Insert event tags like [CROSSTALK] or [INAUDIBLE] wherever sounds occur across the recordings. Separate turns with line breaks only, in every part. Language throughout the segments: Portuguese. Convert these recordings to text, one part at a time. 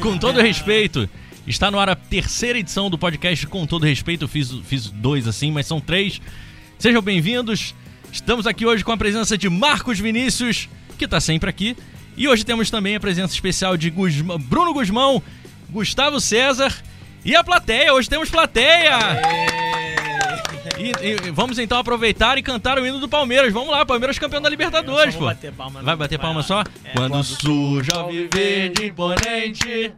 Com todo respeito, está no ar a terceira edição do podcast Com Todo Respeito. Fiz, fiz dois assim, mas são três. Sejam bem-vindos. Estamos aqui hoje com a presença de Marcos Vinícius, que está sempre aqui. E hoje temos também a presença especial de Guzmão- Bruno Guzmão, Gustavo César e a plateia. Hoje temos plateia! E, e vamos então aproveitar e cantar o hino do Palmeiras. Vamos lá, Palmeiras campeão da Libertadores,
Eu só
Tá pô.
vou bater palma,
Vai
não,
bater
vai
palma
lá.
só?
É,
quando
quando
surge ao viver de imponente,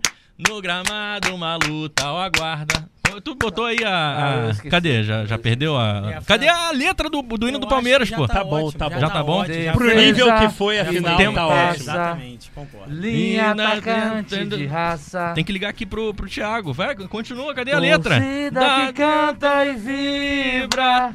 no gramado uma luta o aguarda. Ô, Tu botou aí
Ah, eu
a. a-
esqueci.
cadê? Já, já perdeu
É,
a.
a
Cadê a letra do, do hino
Eu
do
acho
Palmeiras,
que
pô?
já tá
bom,
ótimo,
tá bom.
Já tá bom?
ótimo, já
Pro
foi.
nível
Já
que
foi a
Já
final,
foi.
tá
Tempo.
ótimo. Exatamente, concordo.
Linha
Linha
atacante
atacante.
de raça.
Tem que ligar aqui pro, pro Thiago. Vai, continua, cadê a letra?
Torcida
Da-
que canta e vibra.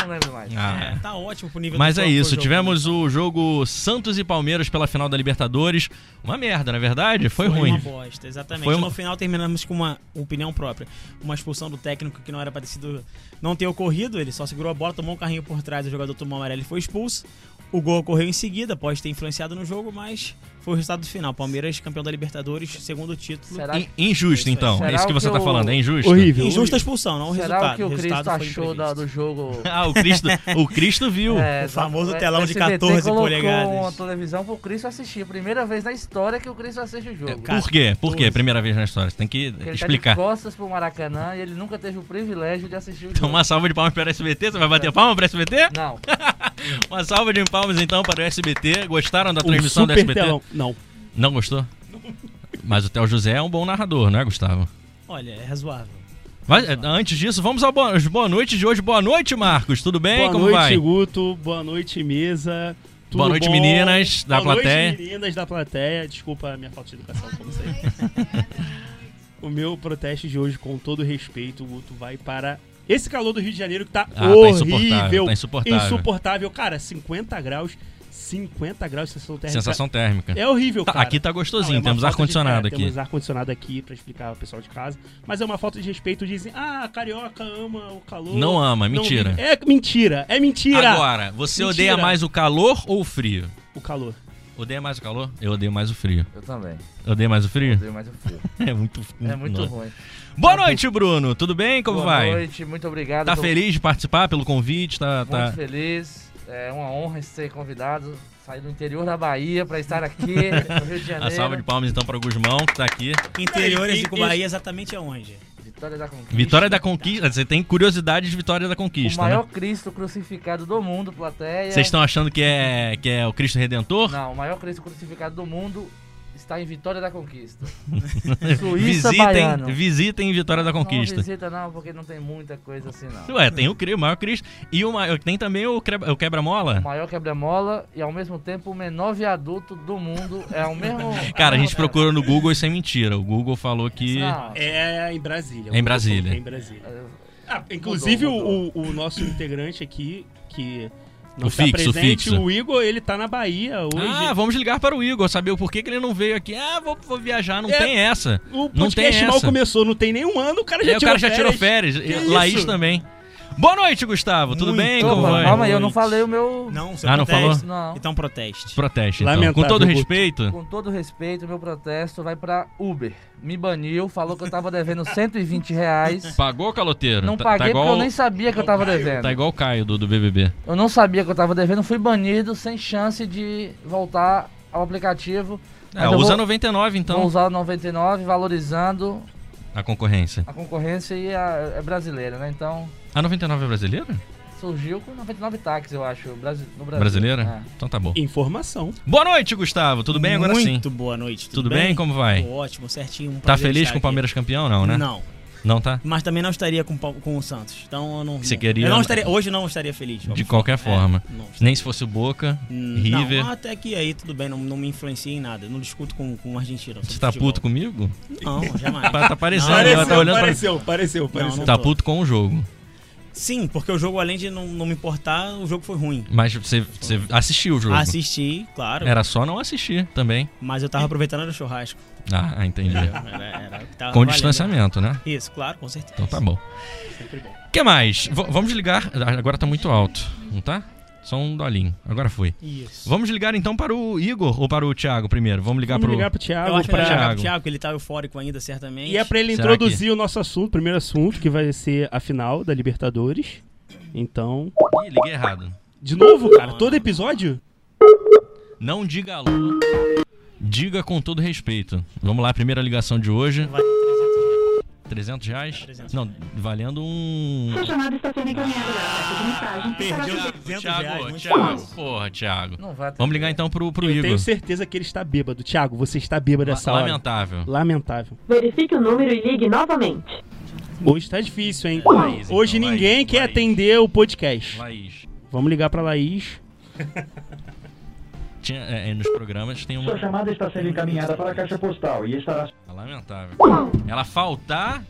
Não lembro mais.
Ah.
É, tá ótimo pro nível
Mas
do
é
que foi o
isso,
jogo.
tivemos o jogo Santos e Palmeiras pela final da Libertadores. Uma merda, na verdade, foi, ruim.
uma bosta, exatamente.
Foi uma-
No final terminamos com uma opinião própria. Uma expulsão do técnico que não era parecido não ter ocorrido, ele só segurou a bola, tomou um carrinho por trás, o jogador tomou amarelo e foi expulso. O gol ocorreu em seguida, pode ter influenciado no jogo, mas foi o resultado do final. Palmeiras, campeão da Libertadores, segundo título.
Será,
In- injusto,
É isso aí.
então. É
Será
isso que
o
você
que
tá
o-
falando, é injusto.
Horrível.
Injusta a expulsão, não o
será
um resultado.
o que o
resultado
Cristo
foi
achou da-
imprevisto.
do jogo?
[LAUGHS] Ah, o Cristo, o Cristo viu.
É,
o famoso
exato.
telão de
SBT
14
colocou
polegadas.
uma televisão pro Cristo assistir. Primeira vez na história que o Cristo assiste o jogo.
cara,
Por quê? Por quê?
doze.
Primeira vez na história. Você É, tem que
Porque ele
explicar.
tá de costas pro Maracanã e ele nunca teve o privilégio de assistir o
Então,
jogo.
uma salva de palmas para o SBT. Você vai bater palma para o SBT?
Não,
Uma salva de palmas, então, para o SBT. Gostaram da
Um
transmissão do
super
SBT?
telão. Não.
Não gostou? Mas o Theo José é um bom narrador, não é, Gustavo?
Olha, é razoável.
Mas, eh, antes disso, vamos ao boa, boa noite de hoje. Boa noite, Marcos. Tudo bem?
boa
Como
noite,
vai?
Guto. Boa noite, mesa. Tudo
Boa noite,
bom?
meninas da
boa
plateia.
noite, meninas da plateia. Desculpa a minha falta de educação, como sempre. o meu protesto de hoje, com todo respeito, Guto, vai para esse calor do Rio de Janeiro que tá
Ah, tá insuportável.
horrível.
Tá insuportável.
Insuportável. Cara, 50 graus. 50 graus, sensação térmica.
Sensação térmica.
É horrível,
Tá,
cara.
aqui tá
Não, é
gostosinho,
uma
temos
falta de-
ar-condicionado
é,
aqui.
Temos ar-condicionado aqui pra explicar ao pessoal de casa. Mas é uma falta de respeito. Dizem, ah, carioca ama o calor.
Não ama, mentira.
vive- É mentira, é mentira.
Agora, você
Mentira.
odeia mais o calor ou o frio?
O calor.
Odeia mais o calor? Eu odeio mais o frio.
eu também.
Eu odeio mais o frio?
Deu mais o frio.
[LAUGHS] É muito
É muito
Nossa.
ruim.
Boa noite, Bruno. Tudo bem? Como
Boa
vai?
noite, muito obrigado.
Tá
tô
feliz de participar pelo convite? Tá,
Muito
tá...
feliz. É uma honra ser convidado. Sair do interior da Bahia pra
[LAUGHS]
estar aqui no Rio de
A
Janeiro.
salva de palmas então para o Guzmão, que tá aqui.
Interiores
e-
de Bahia exatamente aonde?
Vitória da Conquista.
Vitória da Conquista. Você tem curiosidade de Vitória da
tá O
Conquista,
maior
né?
Cristo crucificado do mundo, plateia.
Vocês estão achando que é, que é o Cristo Redentor?
Não, o maior Cristo crucificado do mundo está em Vitória da
[LAUGHS]
Conquista. Suíça
visitem,
Baiano.
visitem Vitória da Conquista.
Não visita não, porque não tem muita coisa assim não.
Ué, tem o, Cri- o maior Cristo. E o maior, tem também o, cre- o
O
quebra-mola.
maior quebra-mola e ao mesmo tempo o menor viaduto do mundo. É o mesmo.
Cara, a
é o
gente
mesmo-
procurou no Google, isso é mentira. O Google falou que.
Não,
É em Brasília.
É em Brasília.
É em Brasília.
é-
Ah, inclusive
mudou.
O, o nosso integrante aqui, que não
O
está
fixo, o
presente,
fixo.
o Igor, ele tá na Bahia hoje.
Ah, vamos ligar para o Igor, saber o porquê que ele não veio aqui. Ah, vou, vou viajar, não
É.
tem essa.
o
não tem
podcast mal
essa.
começou, não tem nem um ano, o cara já
Aí o
tirou
cara já tirou férias.
Que
Laís
isso?
também. Boa noite, Gustavo. Tudo
Muito
bem?
boa
Como
Opa,
vai?
calma aí, eu não
Noite.
falei o meu.
Não, você
Ah, não
protesto.
falou? Não.
Então proteste.
Proteste, então. Com
Lamentável,
todo
Guto.
respeito.
Com todo respeito, meu protesto vai pra Uber. Me baniu, falou que eu tava devendo 120 reais.
Pagou, caloteiro?
Não
Tá-
paguei
tá igual,
porque eu nem né? sabia que eu tava devendo.
Tá igual o Caio do, do BBB.
Eu não sabia que eu tava devendo, fui banido sem chance de voltar ao aplicativo. Mas
É,
eu
usa
vou,
99,
vou
então,
usar o 99, valorizando
a concorrência.
a concorrência e a- é brasileira, né? Então
A 99 é brasileira?
surgiu com 99 táxis, eu acho, brasi- no Brasil.
Brasileira?
É.
Então tá bom.
Informação.
Boa noite, Gustavo. Tudo bem? Agora sim.
Muito boa noite.
Tudo bem? Como vai?
Tô ótimo, certinho. um
Tá
prazer
feliz
estar
com o
aqui.
Palmeiras campeão, não, né?
Não.
Não tá?
Mas também não estaria com, o Pal- com o Santos. Então eu não.
Você
não-
queria- um-
Eu não estaria, hoje não estaria feliz. É,
De qualquer forma.
Não, estaria.
Nem se fosse o Boca,
Hum,
River.
Não, até que aí tudo bem, não, não me influencia em nada. Eu não discuto com, com o argentino.
Você tá puto comigo?
comigo? Não,
[LAUGHS]
jamais.
Tá, tá parecendo,
Não,
ela tá
pareceu,
olhando pra mim.
pareceu, pareceu, pareceu.
não
Tá
tô.
puto com o jogo.
Sim, porque o jogo, além de não, não me importar, o jogo foi ruim.
Mas você, você assistiu o jogo.
Assisti, claro,
Era só não assistir também.
mas eu tava aproveitando do churrasco.
Ah, entendi.
É.
Era, era o que tava
Com
valendo.
distanciamento, né?
Isso, claro, com certeza.
Então tá bom. O que mais? V- vamos ligar. Ah, Agora tá muito alto, não tá? Só um dolinho. Agora foi.
Isso.
Vamos ligar então para o Igor ou para o Thiago primeiro? Vamos ligar
Vamos
para o.
ligar pro
Eu
Thiago
acho que
pra-
pra...
pra...
Thiago.
Thiago, Thiago, que ele tá eufórico ainda, certamente.
E é pra ele
Será
introduzir o nosso assunto, o primeiro assunto, que vai ser a final da Libertadores. Então.
Ih, liguei errado.
De novo, cara,
Não,
todo
não.
episódio?
Não diga alô. Diga com todo respeito. Vamos lá, primeira ligação de hoje.
Vai 300 reais.
300 reais?
300
Não, valendo um.
Sua chamada está sendo encaminhada. Caixa de mensagem.
Perdi
Para
Thiago,
o-
você.
300 reais,
Thiago,
muito
Thiago.
fácil.
Porra, Thiago.
Não vai atender.
Vamos ligar então pro, pro
Eu
Igor.
tenho certeza que ele está bêbado. Thiago, você está bêbado essa hora.
Lamentável.
Lamentável.
Verifique o número e ligue novamente.
Hoje tá difícil, hein?
Laís,
Hoje
então,
ninguém
Laís,
quer
Laís.
atender o podcast.
Laís.
Vamos ligar pra Laís.
Tinha, é, é, nos programas tem uma. É
Sua chamada está sendo encaminhada para a caixa postal e estará
Lamentável. Ela faltar.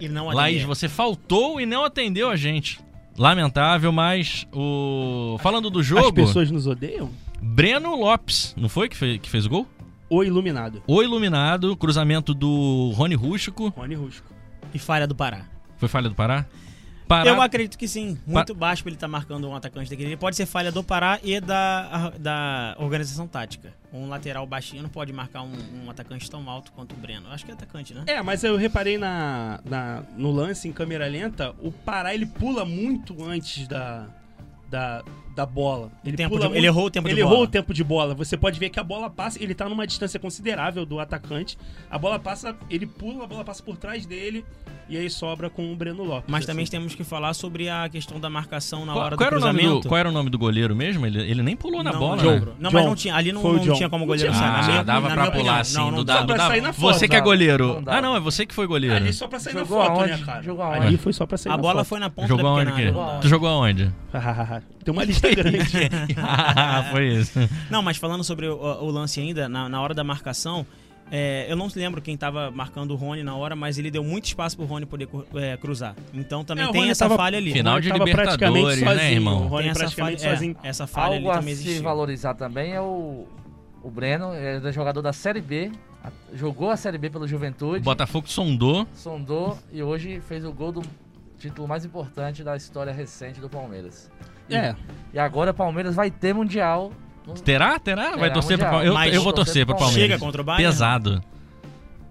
Ele não
Laís,
atende.
você faltou e não atendeu a gente. Lamentável, mas o. Falando do jogo,
As pessoas nos odeiam?
Breno Lopes, não foi que, fe- que fez o gol?
O iluminado.
O iluminado, cruzamento do Rony Rústico.
Rony Rusco.
E falha do Pará.
Foi falha do Pará? Pará.
Eu acredito que sim. Muito baixo pra ele tá marcando um atacante daquele. Ele pode ser falha do Pará e da, da organização tática. Um lateral baixinho não pode marcar um, um atacante tão alto quanto o Breno. Eu Acho que é atacante, né?
É, mas eu reparei na, na- no lance em câmera lenta, o Pará ele pula muito antes da, da, da bola. Ele,
Tempo
pula
de-
muito-
ele errou o tempo de
ele errou
bola.
o tempo de bola. Você pode ver que a bola passa, ele tá numa distância considerável do atacante. A bola passa, ele pula, a bola passa por trás dele e aí sobra com o Breno Lopes.
Mas também
assim.
temos que falar sobre a questão da marcação na
Qual,
hora
qual era
do
o nome
cruzamento.
do, qual era o nome do goleiro mesmo? Ele, ele nem pulou na
não,
bola,
John.
né?
Não,
John.
mas não tinha. Ali não,
Foi o
não
John.
tinha como
Não
goleiro
tinha.
sair. Na
Ah,
minha-
dava
na
pra
minha
pular
opinião.
assim,
Não,
do
não
dá,
dava
do
pra
dá.
sair na foto,
Você que é
dava.
goleiro.
Não dava.
Ah, não, é você que foi goleiro.
Ali só pra sair
Jogou
na foto,
aonde?
né, cara?
Jogou aonde?
Ali foi só pra sair
A
na
bola
foto.
foi na ponta
Jogou
da
aonde,
pequena área.
querido?
não dá.
Tu jogou aonde? [LAUGHS]
[LAUGHS]
Ah,
Tem uma
[LAUGHS]
lista grande.
foi isso.
Não, mas falando sobre o, o lance ainda, na, na hora da marcação, é, eu não lembro quem tava marcando o Rony na hora, mas ele deu muito espaço pro Rony poder cru- é, cruzar. Então também
É, o
tem
Rony
essa
tava-
falha ali.
Final
Rony
de
tava praticamente
Libertadores, né,
sozinho,
irmão?
O Rony
tem essa falha,
praticamente
é,
sozinho.
essa falha ali
Algo assim, a
também
se
existiu.
valorizar também é o, o Breno, ele é jogador da Série B, a- jogou a Série B pelo
O
Juventude,
Botafogo sondou.
sondou e hoje fez o gol do título mais importante da história recente do Palmeiras.
É,
E agora o Palmeiras vai ter Mundial. No-
Terá? Terá? Vai
Terá,
torcer pro
Mundial.
Palmeiras. Eu,
Mas-
eu vou torcer pro Palmeiras.
Chega contra o Bayern?
Pesado.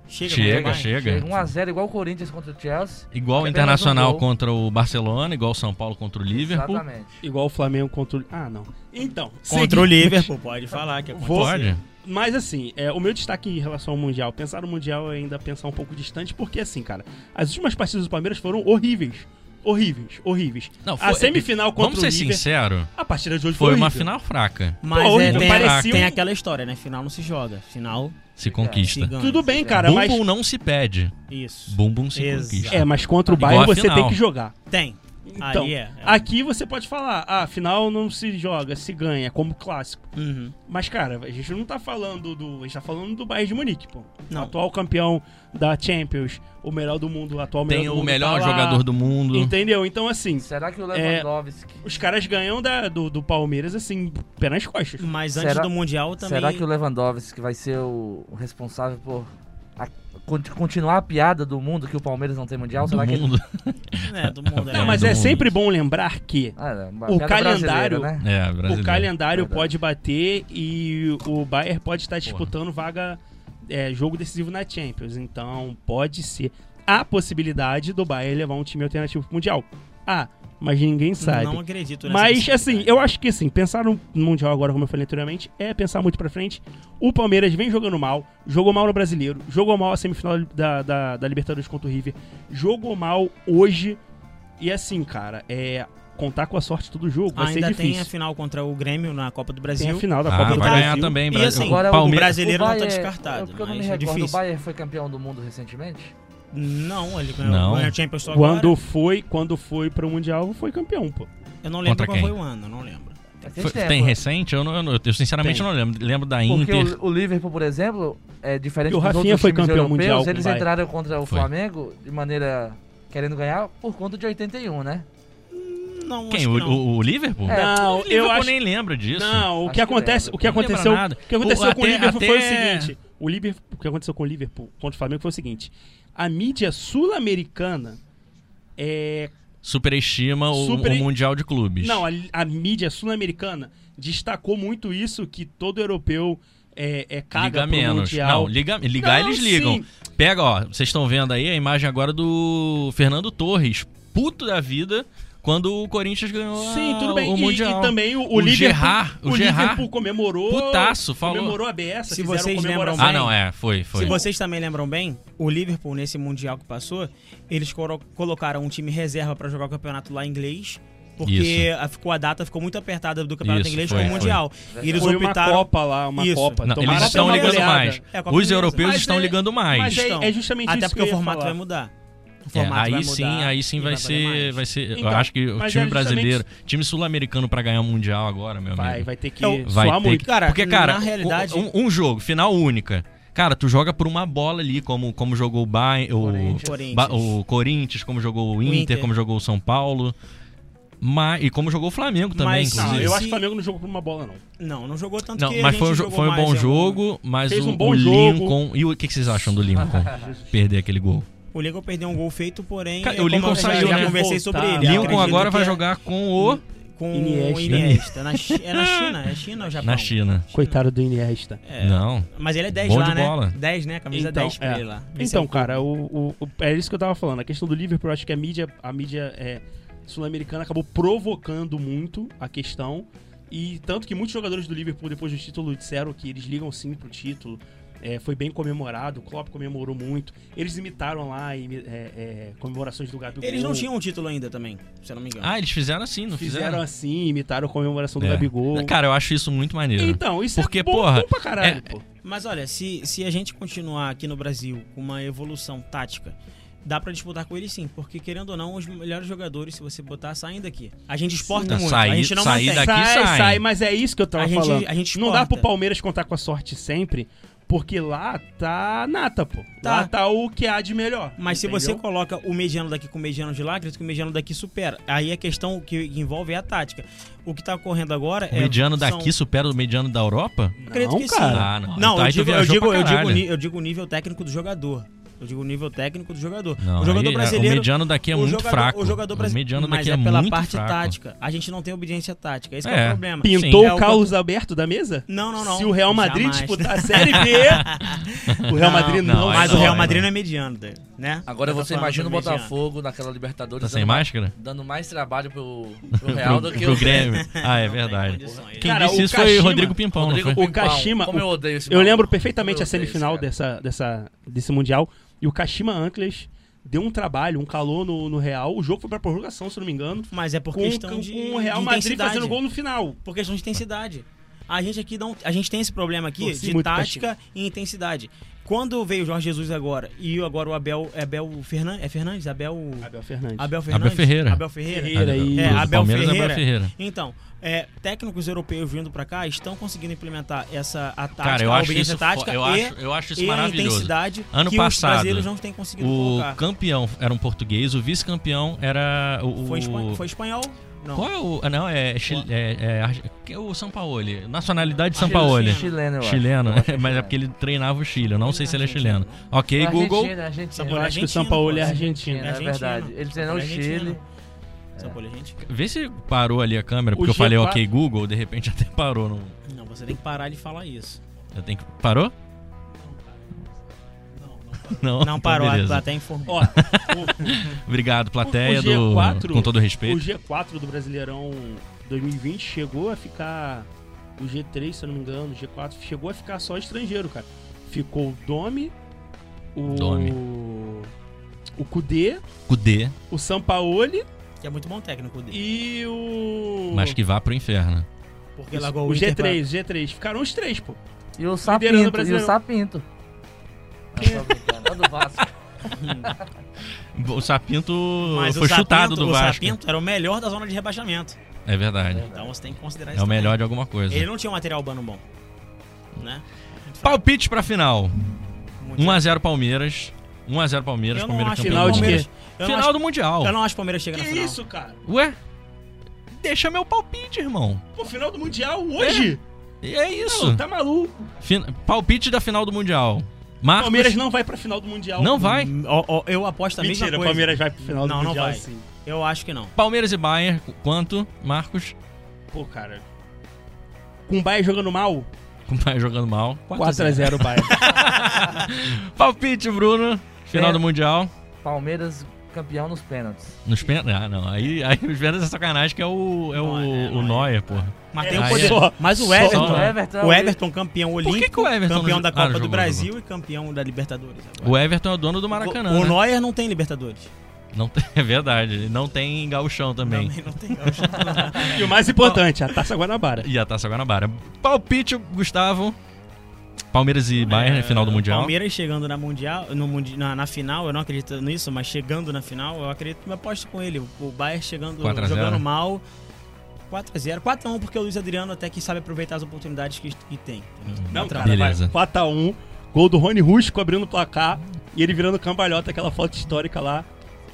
Chega,
Chega,
contra o Bayern.
chega.
1x0 igual o Corinthians contra o Chelsea.
Igual o
Apenas um
Internacional
gol.
contra o Barcelona, igual o São Paulo contra o Liverpool.
Exatamente.
igual o Flamengo contra o... Ah, não. Então,
Contra o Liverpool, pode falar que aconteceu.
Pode?
Mas assim, é, o meu destaque em relação ao Mundial, pensar no Mundial é ainda pensar um pouco distante, porque assim, cara, as últimas partidas do Palmeiras foram horríveis. Horríveis, horríveis.
Não,
a
foi-
semifinal contra
Vamos
o
ser
River,
sincero,
a partida de hoje foi,
foi uma
horrível.
final fraca.
Mas
Pô,
é,
não
tem,
parecia
tem
um-
aquela história, né? Final não se joga. Final
Se
se
conquista.
ganha.
Tudo bem, cara, mas...
Bumbum não se pede.
Isso.
Bumbum se
Exato.
conquista.
É, mas contra o
Igual
Bayern
a
você
final.
tem que jogar.
Tem.
Então,
Aí é.
aqui você pode falar, ah, final não se joga, se ganha, como clássico.
Uhum.
Mas, cara, a gente não tá falando do... A gente tá falando do Bayern de Munique, pô.
Não.
Atual campeão da Champions, o melhor do mundo, o atual melhor
Tem
do
o
mundo
melhor
tá lá.
jogador do mundo.
Entendeu? Então, assim,
Será que o Lewandowski...
Os caras ganham da- do, do Palmeiras, assim, pé nas costas.
Mas antes
Será-
do Mundial também.
Será que o Lewandowski vai ser o o responsável por a- con- continuar a piada do mundo que o Palmeiras não tem mundial?
Do
Será que
mundo. [LAUGHS]
É, do mundo.
Não,
Não, mas
do
[LAUGHS] é
mundo.
sempre bom lembrar que
Ah, é, uma
O
piada
calendário-
brasileira, Né?
É,
o
brasileiro.
calendário
Verdade.
pode bater e o Bayern pode estar disputando vaga, é, jogo decisivo na Champions. Então, pode ser a possibilidade do Bayern levar um time alternativo pro Mundial. Ah, mas ninguém sabe.
Não acredito nessa né?
Mas,
possibilidade.
assim, eu acho que, assim, pensar no Mundial agora, como eu falei anteriormente, é pensar muito pra frente. O Palmeiras vem jogando mal, jogou mal no Brasileiro, jogou mal a semifinal da, da, da Libertadores contra o River, jogou mal hoje. E, assim, cara, é contar com a sorte todo jogo vai
Ainda
ser
tem a
difícil.
final contra o Grêmio na Copa do
Tem a
Brasil.
final da
Ah,
Copa
vai
do
ganhar
Brasil.
também.
E
Brasil.
assim,
Agora o
o
Palmeiras.
brasileiro não tá
Bayern-
descartado.
é porque eu não me
mas é
recordo, o
difícil.
Bayern foi campeão do mundo recentemente?
Não, ele ganhou,
Não.
ganhou a Champions só agora.
Quando foi, quando foi pro Mundial, foi campeão, pô.
Eu não lembro
Contra
qual
quem?
foi o ano, eu não lembro.
Faz
Foi-
tempo,
tem
né?
recente? Eu, não, eu não- eu sinceramente
Tem.
não lembro. Lembro da
Porque
Inter.
o, o Liverpool, por exemplo, é diferente
E o
dos
Rafinha
outros
foi
times
campeão
europeus,
mundial com o
eles
Bayern.
entraram contra o
Foi.
Flamengo de maneira querendo ganhar por conta de 81, né?
Não,
Quem?
acho
O,
que não.
o- o Liverpool?
É,
não,
O
eu
Liverpool
acho
nem lembro disso.
Não, o
Acho
que,
que
aconteceu,
lembra.
o que
Não lembra
aconteceu,
nada.
o que aconteceu
O-
com
até-
o Liverpool foi o
até-
seguinte. O Liverpool, o que aconteceu com o Liverpool contra o Flamengo foi o seguinte: a mídia sul-americana é,
superestima o-
Super-
o Mundial de Clubes.
Não, é a, a mídia sul-americana destacou muito isso, que todo europeu é, é caga
Liga
pro
menos.
Mundial.
Não, liga, ligar
Não,
eles ligam.
sim.
Pega, ó, vocês estão vendo aí a imagem agora do Fernando Torres, puto da vida, quando o Corinthians ganhou a-
Sim, tudo bem.
o
E-
Mundial.
E, também o, o,
O
Liverpool,
Gerrard, o
o
Gerrard.
Liverpool comemorou.
Putaço, falou.
Comemorou a BS,
Se vocês lembram
Ah, não, é, foi, foi.
Se vocês também lembram bem, o Liverpool, nesse Mundial que passou, eles coro- colocaram um time reserva pra jogar o campeonato lá em inglês. Porque
Isso.
a- ficou a data ficou muito apertada do campeonato
Isso,
inglês
foi,
com o
foi.
Mundial. E eles
Foi
optaram.
uma Copa lá, uma
Isso.
Copa.
Não,
Tomaram
eles
até
estão
uma
ligando
goleada.
mais.
É, Copa
Os
Inglesa.
europeus
Mas
estão
é-
ligando mais.
mas é-
Estão.
justamente
Até
isso
porque
que eu
o
ia
formato
falar.
vai mudar. O
É,
formato
aí
vai
sim,
mudar
aí sim
e
vai
valer
ser,
mais.
vai ser. eu
Então,
acho que o
mas
time
é justamente-
brasileiro, time sul-americano pra ganhar mundial agora, meu
Vai,
amigo.
vai ter que
Então,
Vai
suar
ter
muito.
que-
Cara,
porque cara,
na realidade-
um, um jogo, final única. Cara, tu joga por uma bola ali, como como jogou o Bayern, o
Corinthians.
Ba- o Corinthians, como jogou o Inter,
Inter.
como jogou o São Paulo. Mas, e como jogou o Flamengo também,
Mas-
Não,
inclusive.
eu
Se-
acho que o Flamengo não jogou por uma bola, não.
Não, não jogou tanto
Não,
que a
mas
gente
foi, um jo-
jogou
foi um
mais é
bom
em algum-
jogo, mas
Fez
o,
um bom
o
jogo.
Lincoln. E o o que, que vocês acham do
[LAUGHS]
Lincoln? perder aquele gol.
O Lincoln perdeu um gol feito, porém.
Cara,
é
o
como
Lincoln
eu
saiu,
já
né?
conversei sobre
Voltar.
ele.
Lincoln
Lincoln
Acredito
agora
que
vai
é
jogar com o.
com
Iniesta.
o Iniesta. Na Chi- é na China? É China ou Japão?
Na China.
Coitado do Iniesta.
É.
Não.
Mas ele é 10
Bom
lá,
de
né?
bola.
10, né? Camisa 10 pra ele lá. Esse é
Então, cara, o, o- o- é isso que eu tava falando. A questão do Liverpool, eu acho que a mídia, a mídia é, sul-americana acabou provocando muito a questão. E tanto que muitos jogadores do Liverpool, depois do título, disseram que eles ligam sim pro título. É, foi bem comemorado, o Klopp comemorou muito. Eles imitaram lá imi- é, é, comemorações do Gabigol.
Eles não tinham um título ainda também, se eu não me engano.
Ah, eles fizeram assim, não
Fizeram
fizeram?
assim, imitaram a comemoração do
É.
Gabigol.
Cara, eu acho isso muito maneiro.
Então, isso
Porque,
é bom,
porra,
bom pra caralho,
é-
pô.
Mas olha, se, se a gente continuar aqui no Brasil com uma evolução tática, dá pra disputar com eles sim, porque querendo ou não, os melhores jogadores, se você botar, saem daqui. A gente exporta
Tá,
muito,
sair-
a gente não
sair
mantém.
daqui-
sai,
sai.
sai, mas é isso que eu tava
A gente-
falando.
a gente
não dá
exporta.
pro Palmeiras contar com a sorte sempre, porque lá tá nata, pô.
Tá.
Lá tá o que há de melhor.
Mas se
entendeu?
você coloca o mediano daqui com o mediano de lá, acredito que o mediano daqui supera. Aí a questão que envolve é a tática. O que tá ocorrendo agora
O
é.
mediano
são-
daqui supera o mediano da Europa?
Acredito
Não,
que
cara.
sim.
Ah, não.
Não,
Então
eu,
aí tu
digo, eu,
viajou
digo,
pra
eu, digo,
caralho.
ni- eu digo o nível técnico do jogador. Eu digo o nível técnico do jogador.
Não,
o jogador
aí, é,
brasileiro.
O mediano daqui é
o
muito
jogador-
fraco.
O jogador
O mediano
brasileiro. Mas
daqui
é,
é,
pela
muito
parte
fraco.
tática. A gente não tem obediência tática. Esse que
É.
é o problema.
Pintou
Sim. É
o
o
Carlos Alberto da mesa?
Não, não, não.
Se o Real Madrid
Jamais.
disputar a Série B, o Real Madrid
não,
não,
aí
Mas
sobe.
o Real
aí
Madrid não é mediano, né?
Agora
Eu tô
você
falando
imagina o
sobre mediano.
Botafogo naquela Libertadores
Tá sem
dando,
máscara?
dando mais trabalho pro,
[LAUGHS]
pro Real
pro,
do que
pro
o
Grêmio. Ah, é
Não tem
verdade.
condições.
Quem
Cara,
disse
o
isso foi
Kashima-
Rodrigo Pimpão,
Rodrigo
não foi?
O
Pimpão.
Kashima-
Como
o-
eu odeio esse
Eu
maluco.
lembro
Como
perfeitamente
eu odeio
a
esse
semifinal
cara.
dessa, dessa, desse Mundial. E o Kashima Antlers deu um trabalho, um calor no, no Real. O jogo foi pra prorrogação, se não me engano.
Mas é por
Com,
questão
com,
de.
com o Real
de
Madrid
intensidade.
fazendo gol no final.
Por questão de intensidade. A gente aqui não, a gente tem esse problema aqui
Torci
de
muito pra
tática e intensidade. Quando veio o Jorge Jesus agora e agora o Abel, Abel Fernan- é Fernandes, Abel
Abel Fernandes.
Abel Fernandes,
Ferreira.
Abel Ferreira.
Ferreira. aí.
Do
É, Abel
Palmeiras,
Ferreira.
Abel Ferreira.
Então, é, técnicos europeus vindo pra cá estão conseguindo implementar essa a tática,
Cara, eu
a
acho
obediência
isso,
tática
fo- eu
e,
acho, eu acho isso
e a
maravilhoso.
intensidade
Ano
que os
passado,
brasileiros não têm conseguido
O
colocar.
campeão era um português, o vice-campeão era o.
Foi, espan-
o-
foi espanhol? Não.
Qual é o. ah, Não, é. Chile, é, é Arge- que é o São Paulo. Nacionalidade de São
Argentino.
Paulo.
Chileno, eu acho.
Chileno,
Eu acho
[LAUGHS]
que
mas é porque ele treinava o Chile. Eu não sei se ele é chileno. Ok, Google.
Argentina, Argentina.
Eu
Olha,
acho que o
argentino,
São Paulo
pô,
é
um
Argentina,
argentino.
né?
é
Argentina.
verdade. Ele treinou o
Argentina.
Chile.
São Paulo é argentino?
Vê se parou ali a câmera,
O
porque eu falei
G4
ok, Google, de repente [LAUGHS] até parou. Não...
Não, você tem que parar de falar isso.
Eu tenho que... Parou? Não,
Não
[LAUGHS] Então,
parou,
beleza.
até informou.
Ó,
Obrigado, plateia
O- o G4,
do. Com todo
o, o
respeito.
G4 do Brasileirão 2020 chegou a ficar. O G3, se eu não me engano, o G4 chegou a ficar só estrangeiro, cara. Ficou o Domi, o.
Domi.
O Kudê,
Cudê,
o Sampaoli
Que é muito bom técnico dele.
e o.
mas que vá pro inferno.
Porque
Isso,
largou
o
o Inter
G3, G3. Ficaram os três, pô.
E o
Liderando o
Sapinto. E o
Brasileirão.
Sapinto. Não, tô brincando, é do Vasco.
O Sapinto
Mas
foi
o
chutado
Sapinto-
do
o
Vasco.
Sapinto era o melhor da zona de rebaixamento.
É verdade.
Então você tem que considerar
É
isso.
o
também.
melhor de alguma coisa.
Ele não tinha um material urbano bom. Né?
Palpite pra final.
Muito
1x0 Palmeiras. 1x0 Palmeiras,
Eu não
Palmeiras
acho que
campeão.
o
Final de quê?
Palmeiras. Eu não
Final
acho-
do Mundial.
Eu não acho que o Palmeiras chega
Que
na final.
isso, cara?
Ué? Deixa meu palpite, irmão.
Pô, final do Mundial hoje?
É isso.
Não, tá maluco.
Fin- Palpite da final do Mundial. Marcos,
Palmeiras não vai pra final do Mundial.
não vai.
Hum, ó, ó, eu aposto a
Mentira,
mesma
o
coisa.
Palmeiras vai pro final
Não,
do
não
Mundial.
vai.
sim.
Eu acho que não.
Palmeiras e Bayern, qu- quanto, Marcos? [LAUGHS]
Pô, cara. Com o Bayern jogando mal,
Com o Bayern tá jogando mal.
4x0 o Bayern.
Palpite, Bruno. Final
É.
do Mundial.
Palmeiras campeão nos pênaltis.
Nos pênaltis. Ah, não. Aí, aí os pênaltis é sacanagem, que é o. É o,
Neuer, né?
o Neuer, porra.
Mas
É,
tem o
aí
poder.
só-
Mas o
só-
Everton.
Só-
O Everton é
O
o-
Everton campeão
que
olímpico,
que o Everton
campeão
não-
da
Ah,
Copa
jogou,
do
jogou.
Brasil e campeão da Libertadores. agora.
O Everton é o dono do Maracanã.
o, o
né?
Neuer não tem Libertadores.
Não tem, [LAUGHS] é verdade. Ele não tem gauchão também.
Também não tem. eu acho que não.
[LAUGHS] e o mais importante, a Taça Guanabara.
E a Taça Guanabara. Palpite, Gustavo. Palmeiras e Bayern, né? final do Mundial.
É, Palmeiras chegando na mundial, no mundi- na, na final, eu não acredito nisso, mas chegando na final, eu acredito, eu aposto com ele. O Bayern chegando,
4 a 0.
jogando mal. 4x0. 4x1, porque o Luiz Adriano até que sabe aproveitar as oportunidades que, que tem. entendeu?
Não,
Tá
cara,
Beleza.
vai. 4x1. Gol do Rony Rusco abrindo o placar e ele virando cambalhota, aquela foto histórica lá.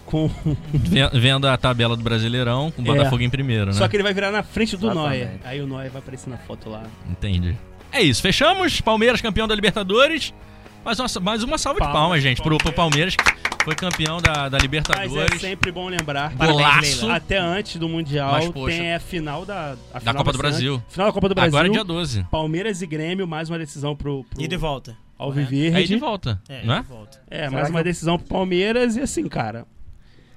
Com...
Né? Ve- Vendo a tabela do Brasileirão, com o
É.
Botafogo em primeiro, né?
Só que ele vai virar na frente do
Exatamente.
Neuer. Aí o Neuer vai aparecer na foto lá.
Entendi. É isso, fechamos. Palmeiras campeão da Libertadores. Mas nossa, mais uma salva de
Palmas,
palmas, gente, pro, pro Palmeiras, que foi campeão da, da
Mas é
Libertadores.
sempre bom lembrar.
Golaço.
Até antes do Mundial
Mas, poxa.
tem a final da, a final
Copa
vai
do
ser
Brasil.
antes. Final da Copa do Brasil.
Agora é dia 12.
Palmeiras e Grêmio, mais uma decisão pro, pro
E de volta.
Alviverde.
Aí de volta,
É,
né?
de volta.
É,
Será
mais
que
uma
eu-
decisão pro Palmeiras e assim, cara.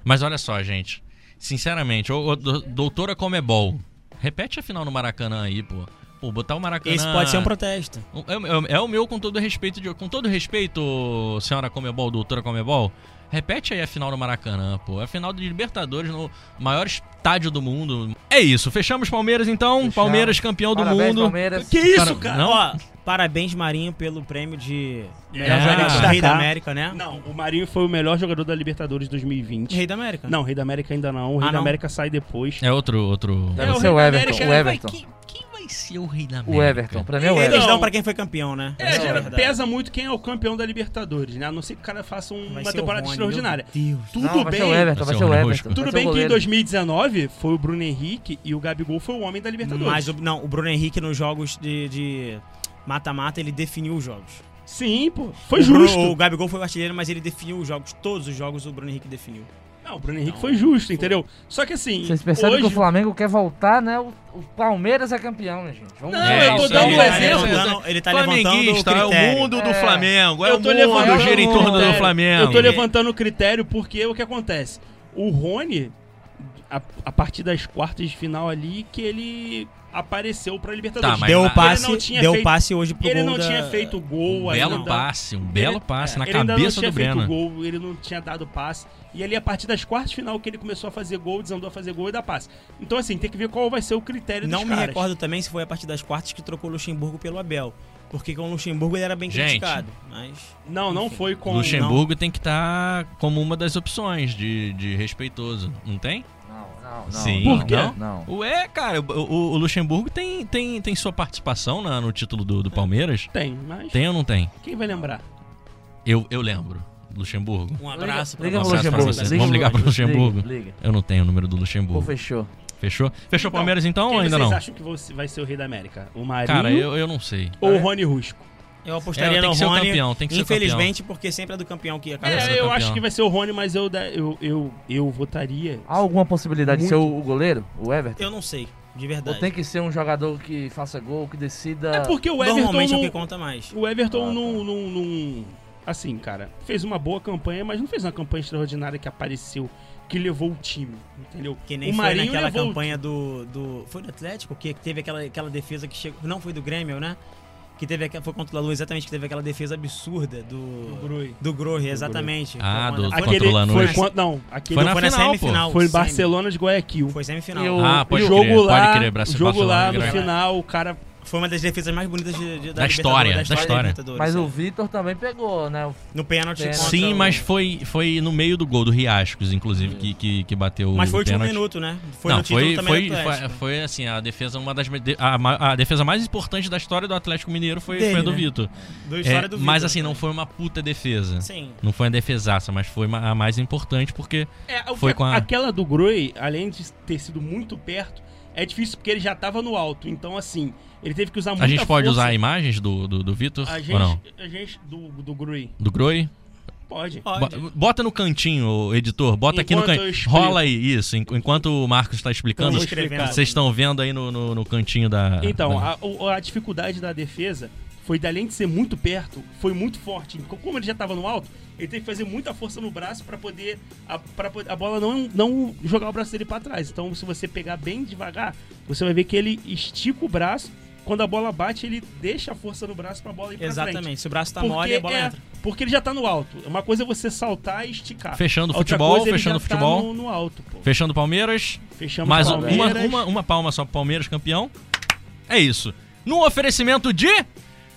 Mas olha só, gente. Sinceramente, ô, ô, do- doutora Comebol, repete a final no Maracanã aí, pô. Pô, botar o Maracanã...
Esse pode ser um protesto.
É, é- é o meu com todo respeito, de- com todo respeito, senhora Comebol, doutora Comebol. Repete aí a final do Maracanã, pô. É a final de Libertadores no maior estádio do mundo. É isso, fechamos Palmeiras então.
Fechamos.
Palmeiras campeão do
Parabéns,
mundo.
Palmeiras.
Que isso,
Para-
cara?
Não?
Ó, parabéns, Marinho, pelo prêmio de
É.
melhor jogador do Rei da
Destacar.
América, né?
Não, o Marinho foi o melhor jogador da Libertadores 2020.
Rei da América.
Não, o Rei da América ainda não. O Rei
Ah,
da
não?
América sai depois.
É outro, outro.
Deve
o
ser
Rei
é o
da
Everton.
América,
O Everton.
Quem, quem vai ser o rei da América?
O Everton. Pra mim é o
Ele-
Eles
Everton.
dão pra quem foi campeão, né?
É,
Essa a
já
verdade.
pesa muito quem é o campeão da Libertadores, né? A não ser que o cara faça um-
Vai
uma
ser o Rony,
temporada
meu
extraordinária.
Deus.
Tudo
Não, vai
bem.
ser o Everton, vai ser o
Rony
Everton.
Rusco.
vai
Tudo
ser o
bem que em
é goleiro.
2019 foi o Bruno Henrique e o Gabigol foi o homem da
Tá
Libertadores.
Mas o, não, o Bruno Henrique nos jogos de- de mata-mata, ele definiu os jogos.
Sim, pô. Foi
o Bruno-
justo.
o Gabigol foi o artilheiro, mas ele definiu os jogos. Todos os jogos o Bruno Henrique definiu.
Não, o Bruno Henrique foi justo, entendeu? Só que assim.
Vocês percebem
hoje...
que o Flamengo quer voltar, né? O, o Palmeiras é campeão, né, gente? Vamos
Não,
voltar.
eu tô
isso
dando
aí,
um
é,
exemplo.
é, é,
Não, ele tá
Flamenguista,
levantando o
é
critério.
o mundo do
É.
Flamengo. É
Eu
o
tô
mundo
levantando
gira em
o
torno do
critério.
Flamengo.
Eu tô levantando o critério porque o que acontece? O Rony, a, a partir das quartas de final ali, que ele apareceu pra Libertadores.
Tá, mas
Deu
na-
o passe,
Ele não tinha
deu
feito-
passe hoje pro
Ele
gol
não
da-
tinha feito gol
Um
ainda.
belo passe, um belo passe na
ele ainda não
cabeça
tinha
do Breno.
feito gol, ele não tinha dado passe. E ali, a partir das quartas de final, que ele começou a fazer gol, desandou a fazer gol e dar passe. Então, assim, tem que ver qual vai ser o critério
Não
dos
me
caras.
recordo também se foi a partir das quartas que trocou o Luxemburgo pelo Abel. Porque com o Luxemburgo ele era bem
Gente.
criticado. Mas.
Não, não
Enfim.
foi com...
Luxemburgo tem que estar como uma das opções de, de respeitoso, não tem?
Não, não, não.
Sim, Um
não,
Por quê?
Não. não.
Ué, cara, o, o- o Luxemburgo tem, tem, tem sua participação na- no título do, do Palmeiras?
Não, tem, mas
Tem ou não tem?
quem vai lembrar?
Eu, eu lembro. Luxemburgo.
Um abraço
Liga
um
pro
abraço pra
Luxemburgo.
vocês.
liga
Vamos ligar pro Luxemburgo.
Liga, liga.
Eu não tenho o número do
Pô,
Luxemburgo.
fechou.
Fechou? Fechou o Palmeiras então ou
quem
ainda
vocês
não?
acham que você- vai ser o rei da América? O Marinho
Cara, eu, eu não sei.
ou o Rony Rusco?
Eu
É,
apostaria
tem
no
que ser o
Rony.
campeão, tem que ser o
infelizmente, porque sempre é do campeão que acaba.
É,
sendo.
ser
É, eu
campeão.
acho que vai ser o Rony, mas eu, da- eu, eu, eu votaria...
Há alguma possibilidade de ser
Muito.
o, o goleiro, o Everton?
Eu não sei, de
Ou
verdade.
tem que ser um jogador que faça gol, que decida...
É porque o Everton...
Normalmente é o
não-
que conta mais.
O Everton
Ah, tá.
não, não, não- Assim, cara, fez uma boa campanha, mas não fez uma campanha extraordinária que apareceu, que levou o time, entendeu?
Que nem
o
foi
Marinho
naquela
levou o
campanha do, do. Foi do Atlético? Que teve aquela, aquela defesa que chegou. Não, foi do Grêmio, né? Que teve aquela. Foi contra o Lula, exatamente, que teve aquela defesa absurda do.
time do Groi.
Do Groi, exatamente.
Ah,
Foi
do-
uma-
Contra
Aquele
o Lanús.
foi quando, não, aquele
Foi
foi,
na final, pô.
foi
semi.
Barcelona de Guayaquil.
Foi semifinal.
E o-
Ah, pode
o jogo
crer,
lá,
pode crer. Braço-
o jogo
Barcelona,
lá no
Grêmio.
final, o cara
Foi uma das defesas mais bonitas de- de-
Da
da, Libertadores,
história, da história.
Libertadores,
Mas
é.
o Vitor também pegou, né? O-
No pênalti.
Pênalti.
É, contra
Sim,
o-
mas foi, foi no meio do gol do Riascos, inclusive, que, que, que bateu
Mas
o
foi o último
pênalti.
minuto, né? Foi
não,
no título
foi,
também
foi,
do
foi,
Atlético.
foi, assim, a defesa, uma das. A, ma- a defesa mais importante da história do Atlético Mineiro foi,
Dele,
foi a do
né?
Vitor.
Do
É,
história do
mas
Vitor. né?
assim, não foi uma puta defesa.
Sim.
Não foi uma defesaça, mas foi ma- a mais importante porque
É, o
Foi
que-
com a-
Aquela do Groi, além de ter sido muito perto, é difícil porque ele já tava no alto. Então, assim, ele teve que usar muita
A gente pode
força.
usar imagens do, do, do Vitor?
A
Ou não?
gente, a gente do, do Grui.
Do Groi?
Pode.
Olha,
Bo- Bota no cantinho, ô, editor. Bota aqui no
Enquanto eu
cantinho.
explico.
Rola aí, isso. en- Enquanto o Marcos está explicando,
Eu vou escrever. né?
vocês estão vendo aí no, no, no cantinho da.
Então,
da-
a, o- a dificuldade da defesa foi, de, além de ser muito perto, foi muito forte. Co- Como ele já estava no alto, ele teve que fazer muita força no braço para poder a, pra, po- a bola não, não jogar o braço dele para trás. Então, se você pegar bem devagar, você vai ver que ele estica o braço. Quando a bola bate, ele deixa a força no braço para a bola ir para frente.
Exatamente. Se o braço tá mole, a bola
é,
entra.
porque ele já tá no alto. Uma coisa é você saltar e esticar.
Fechando o
A outra
futebol,
coisa, ele
fechando
já
o futebol.
Tá no, no alto, pô.
Fechando o Palmeiras.
Fechamos
mais
o
uma,
Palmeiras.
uma, uma palma só pro Palmeiras, campeão. É isso. No oferecimento de.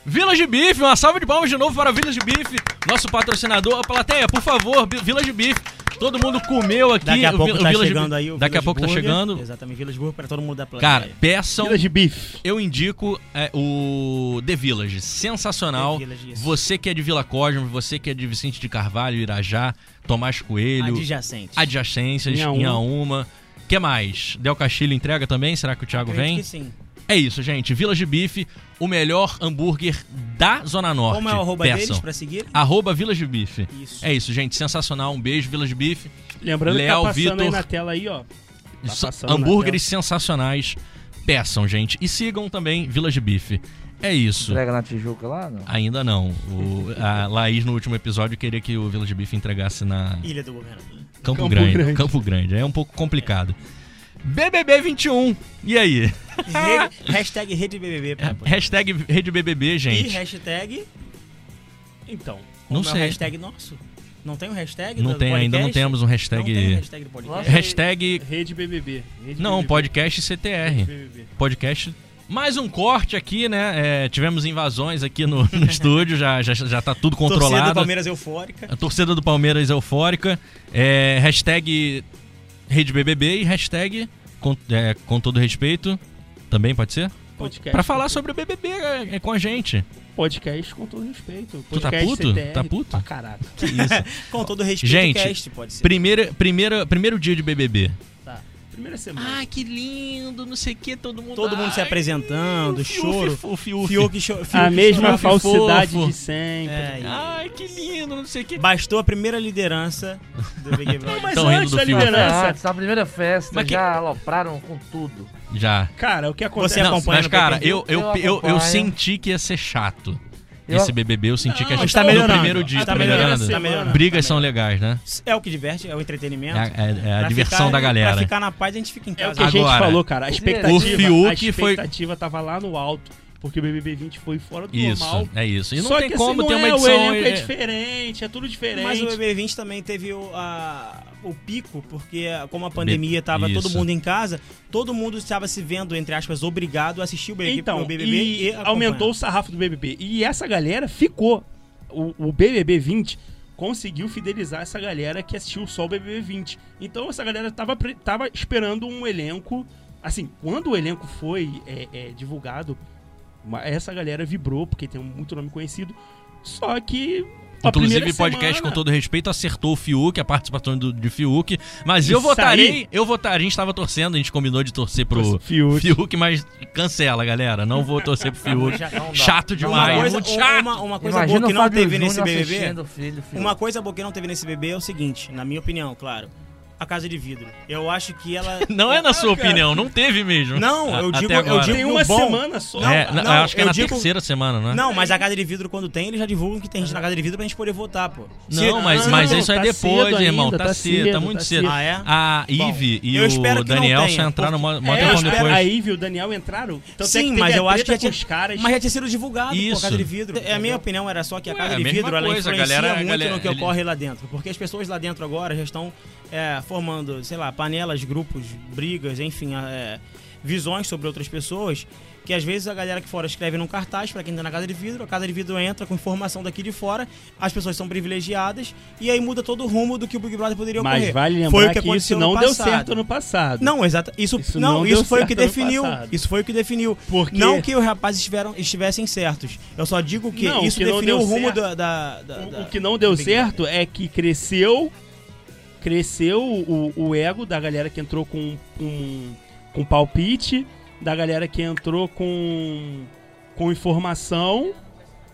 Village Beef, uma salva de palmas de novo para Village Beef, nosso patrocinador. Plateia, por favor, Bi- Village Beef. Todo mundo comeu aqui.
Daqui a
o
pouco
Vi- o
tá
Village
chegando
Beef-
aí o
Daqui a
Village
pouco tá
Burger.
chegando.
Exatamente, Village Burger pra todo mundo da plateia.
Cara, peçam
Village Beef.
Eu indico é, o The Village, sensacional.
The Village, isso.
você que é de Vila Cosmos, você que é de Vicente de Carvalho, Irajá, Tomás Coelho,
adjacente.
adjacências,
um.
Inhaúma.
Inhaúma. O que mais? Del Castilho entrega também? Será que o Thiago
Acredito
vem?
que sim.
É isso, gente. Village Beef, o melhor hambúrguer da Zona Norte.
Como é o arroba
Peçam.
deles pra seguir?
Arroba Village Beef.
Isso.
É isso, gente. Sensacional. Um beijo, Village Beef.
Lembrando
Léo,
que tá passando aí
Vitor.
na tela aí, ó. Tá
Sa-
passando na
Hambúrgueres sensacionais. Peçam, gente. E sigam também Village Beef. É isso.
Entrega na Tijuca lá, não?
Ainda não. O- a Laís, no último episódio, queria que o Village Beef entregasse na
Ilha
[LAUGHS]
do Governador.
Campo,
Campo
Grande.
Grande.
Campo Grande. É um pouco complicado. BBB 21. E aí?
Rede- hashtag Rede BBB. papo.
Hashtag Rede BBB,
É, E
É, gente.
hashtag...
tela. Então,
Não
como é o
sei.
hashtag nosso. Não tem o hashtag
Não
do
tem,
podcast?
ainda não temos um
Não tem o
hashtag.
hashtag do
Nossa.
podcast.
Hashtag.
rede BBB. Rede
Não,
BBB.
podcast CTR.
BBB.
podcast. Mais um corte aqui, né? É, tivemos invasões aqui no,
[LAUGHS]
no estúdio, já, já, já tá tudo
Torcida do
controlado.
Palmeiras eufórica.
A torcida do Palmeiras eufórica. É, hashtag Rede BBB e hashtag com, é, com todo respeito. Também pode ser?
Podcast.
Pra falar sobre o BBB é, é com a gente.
Podcast com todo respeito.
Tu tá
Podcast
puto?
CTR,
Tá puto?
Pra caraca.
Que isso.
Com todo respeito,
Gente,
cast pode ser.
[LAUGHS] primeira, primeira, primeiro dia de BBB.
Tá. Primeira semana.
Ai, Ah, que lindo, não sei o que, todo mundo.
Todo mundo se apresentando, choro.
Ufi,
Fiuk, cho-
a
Fiuk chorava.
mesma
fofo.
falsidade de sempre.
É, e-
Ai, que lindo, não sei o que.
Bastou a primeira liderança do Big Brother.
Mas
Tão rindo
antes
do
da
filme.
Ah,
liderança.
essa primeira festa,
Mas que-
já alopraram com tudo.
Já.
Cara, o que acontece?
Você
Não,
acompanha
mas,
no
cara,
PPV?
eu, eu,
Eu
eu, eu,
acompanho.
senti que ia ser chato.
Eu-
Esse BBB, eu senti que a
Não,
gente
tá
no
melhorando.
primeiro dia.
Tá
Tá
melhorando.
melhorando.
Tá melhorando.
Brigas são legais, né?
É o que diverte, é o entretenimento.
É a- é- é a
Pra
diversão
ficar-
da galera. né?
Pra ficar na paz, a gente fica em
É o
casa. Ah,
que a gente
Agora,
falou, cara. A expectativa,
o
Fiuk
a
foi-
expectativa tava lá no alto. Porque o BBB 20 foi fora do
Isso,
normal.
é isso. E não
Só
tem
que
como
assim,
ter
não
uma
é,
edição.
O elenco é
é-
diferente, é tudo diferente.
Mas o BB20 também teve o, a- o pico, porque a- como a pandemia estava todo
isso.
mundo em casa, todo mundo estava se vendo, entre aspas, obrigado a assistir o BBB.
Então,
o BBB
e
acompanhar.
aumentou o sarrafo do BBB. E essa galera ficou. O, o BBB 20 conseguiu fidelizar essa galera que assistiu só o BBB 20. Então essa galera tava, pre- tava esperando um elenco. Assim, quando o elenco foi é, é, divulgado, ma- essa galera vibrou, porque tem um muito nome conhecido. Só que. a
Inclusive,
primeira
o podcast, com
semana-
todo respeito, acertou o Fiuk, a participação do, de Fiuk. Mas
Isso
eu votarei,
aí.
eu votarei, a gente tava torcendo, a gente combinou de torcer pro
Fiuk.
Fiuk, mas cancela, galera. Não vou torcer pro Fiuk.
Não dá.
Chato
Não
Uma
demais.
dá.
É
coisa,
muito chato.
uma, uma coisa
Imagina
boa
o
que não
Fábio
teve nesse
Júnior
BBB.
assistindo, filho, filho.
Uma coisa boa que não teve nesse BBB é o seguinte, na minha opinião, claro. A Casa de Vidro. Eu acho que
[LAUGHS]
ela.
Não é na sua
cara.
opinião, não teve mesmo.
Não, eu
A-
digo-
até
eu
agora.
digo-
Tem uma
Bom.
semana só.
Não,
É, na-
não,
acho que é
eu
na
digo-
terceira semana, né?
Não, mas a Casa de Vidro, quando tem, eles já divulgam que tem gente na Casa de Vidro pra gente poder votar, pô. Se-
Não, mas,
não,
mas
não,
isso é
tá
depois,
cedo
irmão.
ainda,
tá,
tá
cedo, tá
cedo,
muito
tá
cedo.
cedo.
Ah, é?
A Ive
eu
e
espero
o
que não
Daniel só
tenha,
entraram mó, mó
É,
tempo
eu espero-
depois.
a Ivy e o Daniel entraram. Tanto é
Sim,
teve
mas
a
eu acho
treta
que já
com
tinha,
os caras.
mas já tinha sido divulgado, pô,
Isso.
a Casa de Vidro. É, a minha opinião era só que a
Ué,
Casa
a
de
mesma
Vidro, ela
coisa, a
influencia
galera- a
muito
galera-
no que
ele-
ocorre lá dentro. Porque as pessoas lá dentro agora já estão é, formando, sei lá, panelas, grupos, brigas, enfim, é, visões sobre outras pessoas. Que às vezes a galera que fora escreve num cartaz pra quem tá na Casa de Vidro, a Casa de Vidro entra com informação daqui de fora, as pessoas são privilegiadas, e aí muda todo o rumo do que o Big Brother poderia
Mas
ocorrer.
vale
Foi o
lembrar que, isso
aconteceu
não
no
deu
passado.
certo no passado.
Não, exato. Isso,
Isso
não,
não deu
isso foi o que
certo ano
definiu.
passado.
Isso foi o que definiu.
Porque-
Não que os rapazes estiveram, estivessem certos. Eu só digo que
Não,
isso
que não
definiu o
deu
rumo
certo.
da, da, da-
O-
da-
O que não deu
do Big Brother.
certo é que cresceu cresceu o, o ego da galera que entrou com um, com palpite, da galera que entrou com, com informação.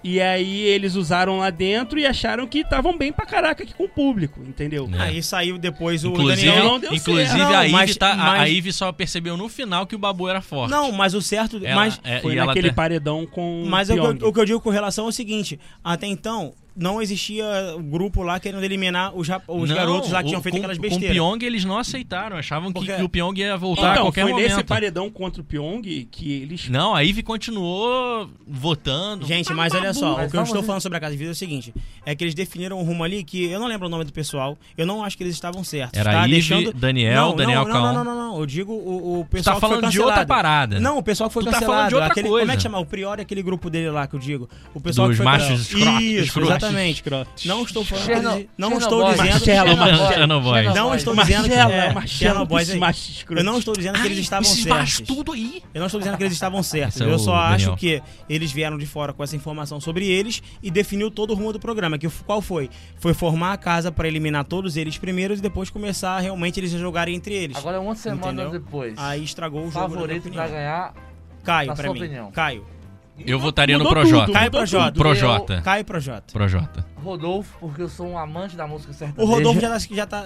E aí eles usaram lá dentro e acharam que estavam bem pra caraca aqui com o público, entendeu?
É.
Aí Ah, saiu depois o
Inclusive, é
Daniel.
não deu
inclusive
certo.
a, Ivy
Não, mas-
tá- a- a
mas-
Ivy só percebeu no final que o Babu era forte.
Não, mas o certo.
um Ela-
mas
é, um
Foi
e ela
naquele
até-
paredão com
mas o,
o
que eu-
Pyong.
o que eu digo com relação é o seguinte: até então, não existia o grupo lá querendo eliminar os, rap- os
Não,
garotos lá que
o-
tinham feito
com,
aquelas
Com o
besteiras.
Pyong eles não aceitaram, achavam que-
Porque-
que, o Pyong ia voltar
Então,
a qualquer
foi nesse
momento.
paredão contra o Pyong que eles... [LAUGHS]
Não, a Ivy continuou votando.
Gente, mas olha só,
Mas
o que eu
vamos
estou
ver.
falando sobre a Casa de Vidro é o seguinte: é que eles definiram um rumo ali que eu não lembro o nome do pessoal, eu não acho que eles estavam certos.
Era
tá?
Ivy,
deixando...
Daniel,
não,
Daniel
não, não,
Caon.
não, não, não, não, eu digo o, o
Você tá
pessoal que foi
falando de outra
cancelado.
parada.
Não, o pessoal que foi
Tu tá
cancelado.
falando de outra
aquele,
coisa.
Como é que chama? O Priori, aquele grupo dele lá que eu digo. O pessoal
Dos
que foi
machos
cancelado.
escrotos,
Isso,
escrotos.
exatamente. Não estou falando.
Cherno-
de- não
Chernobyl.
estou dizendo.
Marcelo,
Chernobyl.
Não estou
Marcelo.
dizendo que
Marcelo,
é,
Marcelo,
Chernobyl,
esse
aí.
macho escroto.
Eu não estou dizendo que eles estavam certos.
tudo aí.
Eu não estou dizendo que eles estavam certos.
[LAUGHS] Esse é o
eu só
Daniel.
acho que eles vieram de fora com essa informação sobre eles e definiu todo o rumo do programa. Que f- qual foi? Foi formar a casa para eliminar todos eles primeiro e depois começar realmente eles a jogarem entre eles.
Agora, uma semana
Entendeu?
depois,
Aí estragou o jogo.
favorito
na minha
pra
opinião.
ganhar
Caio,
na
pra
sua
mim.
opinião.
Caio.
Eu votaria no
Mudou
Projota.
tudo,
Cai
mudou
pra Jota.
tudo.
Projota.
Caio pro Jota.
Projota.
Rodolfo, porque eu sou um amante da música
O
sertaneja.
Rodolfo já tá, já tá-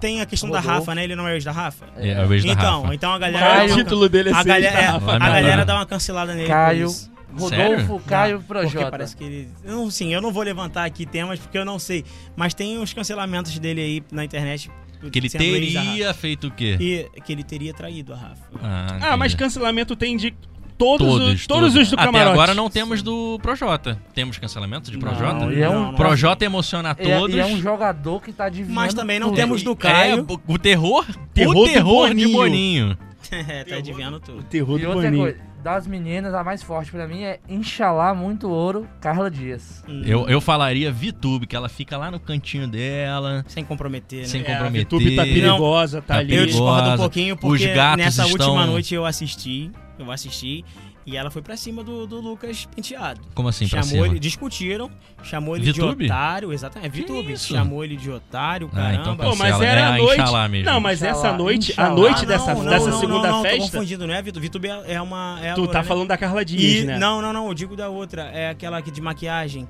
Tem a questão da
Rodolfo.
Rafa, né? Ele não é o ex da Rafa?
É, é o ex da
então,
Rafa.
então a
Ah,
galera.
o título dele é
a
Seis da
galera, é,
Rafa.
Vai,
a galera
vai.
dá uma cancelada nele. por
Caio.
isso.
Rodolfo, Caio
Porque
Projota.
parece que ele. eu Não, sim, eu não vou levantar aqui temas porque eu não sei. Mas tem uns cancelamentos dele aí na internet.
Que ele
sendo ex da Rafa.
teria feito o quê?
E que ele teria traído a Rafa.
Ah, mas
entendi.
cancelamento tem de todos, os, todos os do
né? Até
camarote.
agora não temos do Projota. Temos cancelamento de Projota?
e é um-
Projota emociona a
É,
todos.
E é um jogador que tá adivinhando
Mas também não
tudo.
temos do Caio.
É, o terror,
Terror
o
do
terror de
Boninho.
Boninho.
[LAUGHS] É, tá adivinhando tudo.
Terror
E
do
outra
Boninho.
coisa, das meninas, a mais forte pra mim é Inxalá Muito Ouro, Carla Dias.
Eu, eu falaria VTube, que ela fica lá no cantinho dela,
Sem comprometer, né?
sem
É, a
comprometer.
YouTube tá perigosa, tá
Tá
ali.
Eu discordo
perigosa.
um pouquinho porque
Os gatos
nessa última
estão-
noite eu assisti. Eu assisti. E ela foi pra cima do, do Lucas Penteado.
Como assim, pra
chamou
cima?
ele, discutiram, chamou ele
Vitube?
de otário, exatamente, é
Que
VTube,
isso?
chamou ele de otário,
Ah,
caramba.
então
Pô, mas
cancela,
era
né?
a
Ah,
noite-
Inxalá mesmo.
Não, mas essa
Inxalá,
noite,
inxalá.
a noite
Ah,
dessa,
não,
dessa
não,
segunda
não, não, Tô
festa,
confundindo, não é Vitor? Vitube é é uma. É a
tu tá
Lorena.
falando da Carla
E,
Dias, né?
Não, não, não. Eu digo da outra. É aquela aqui
[LAUGHS]
de maquiagem.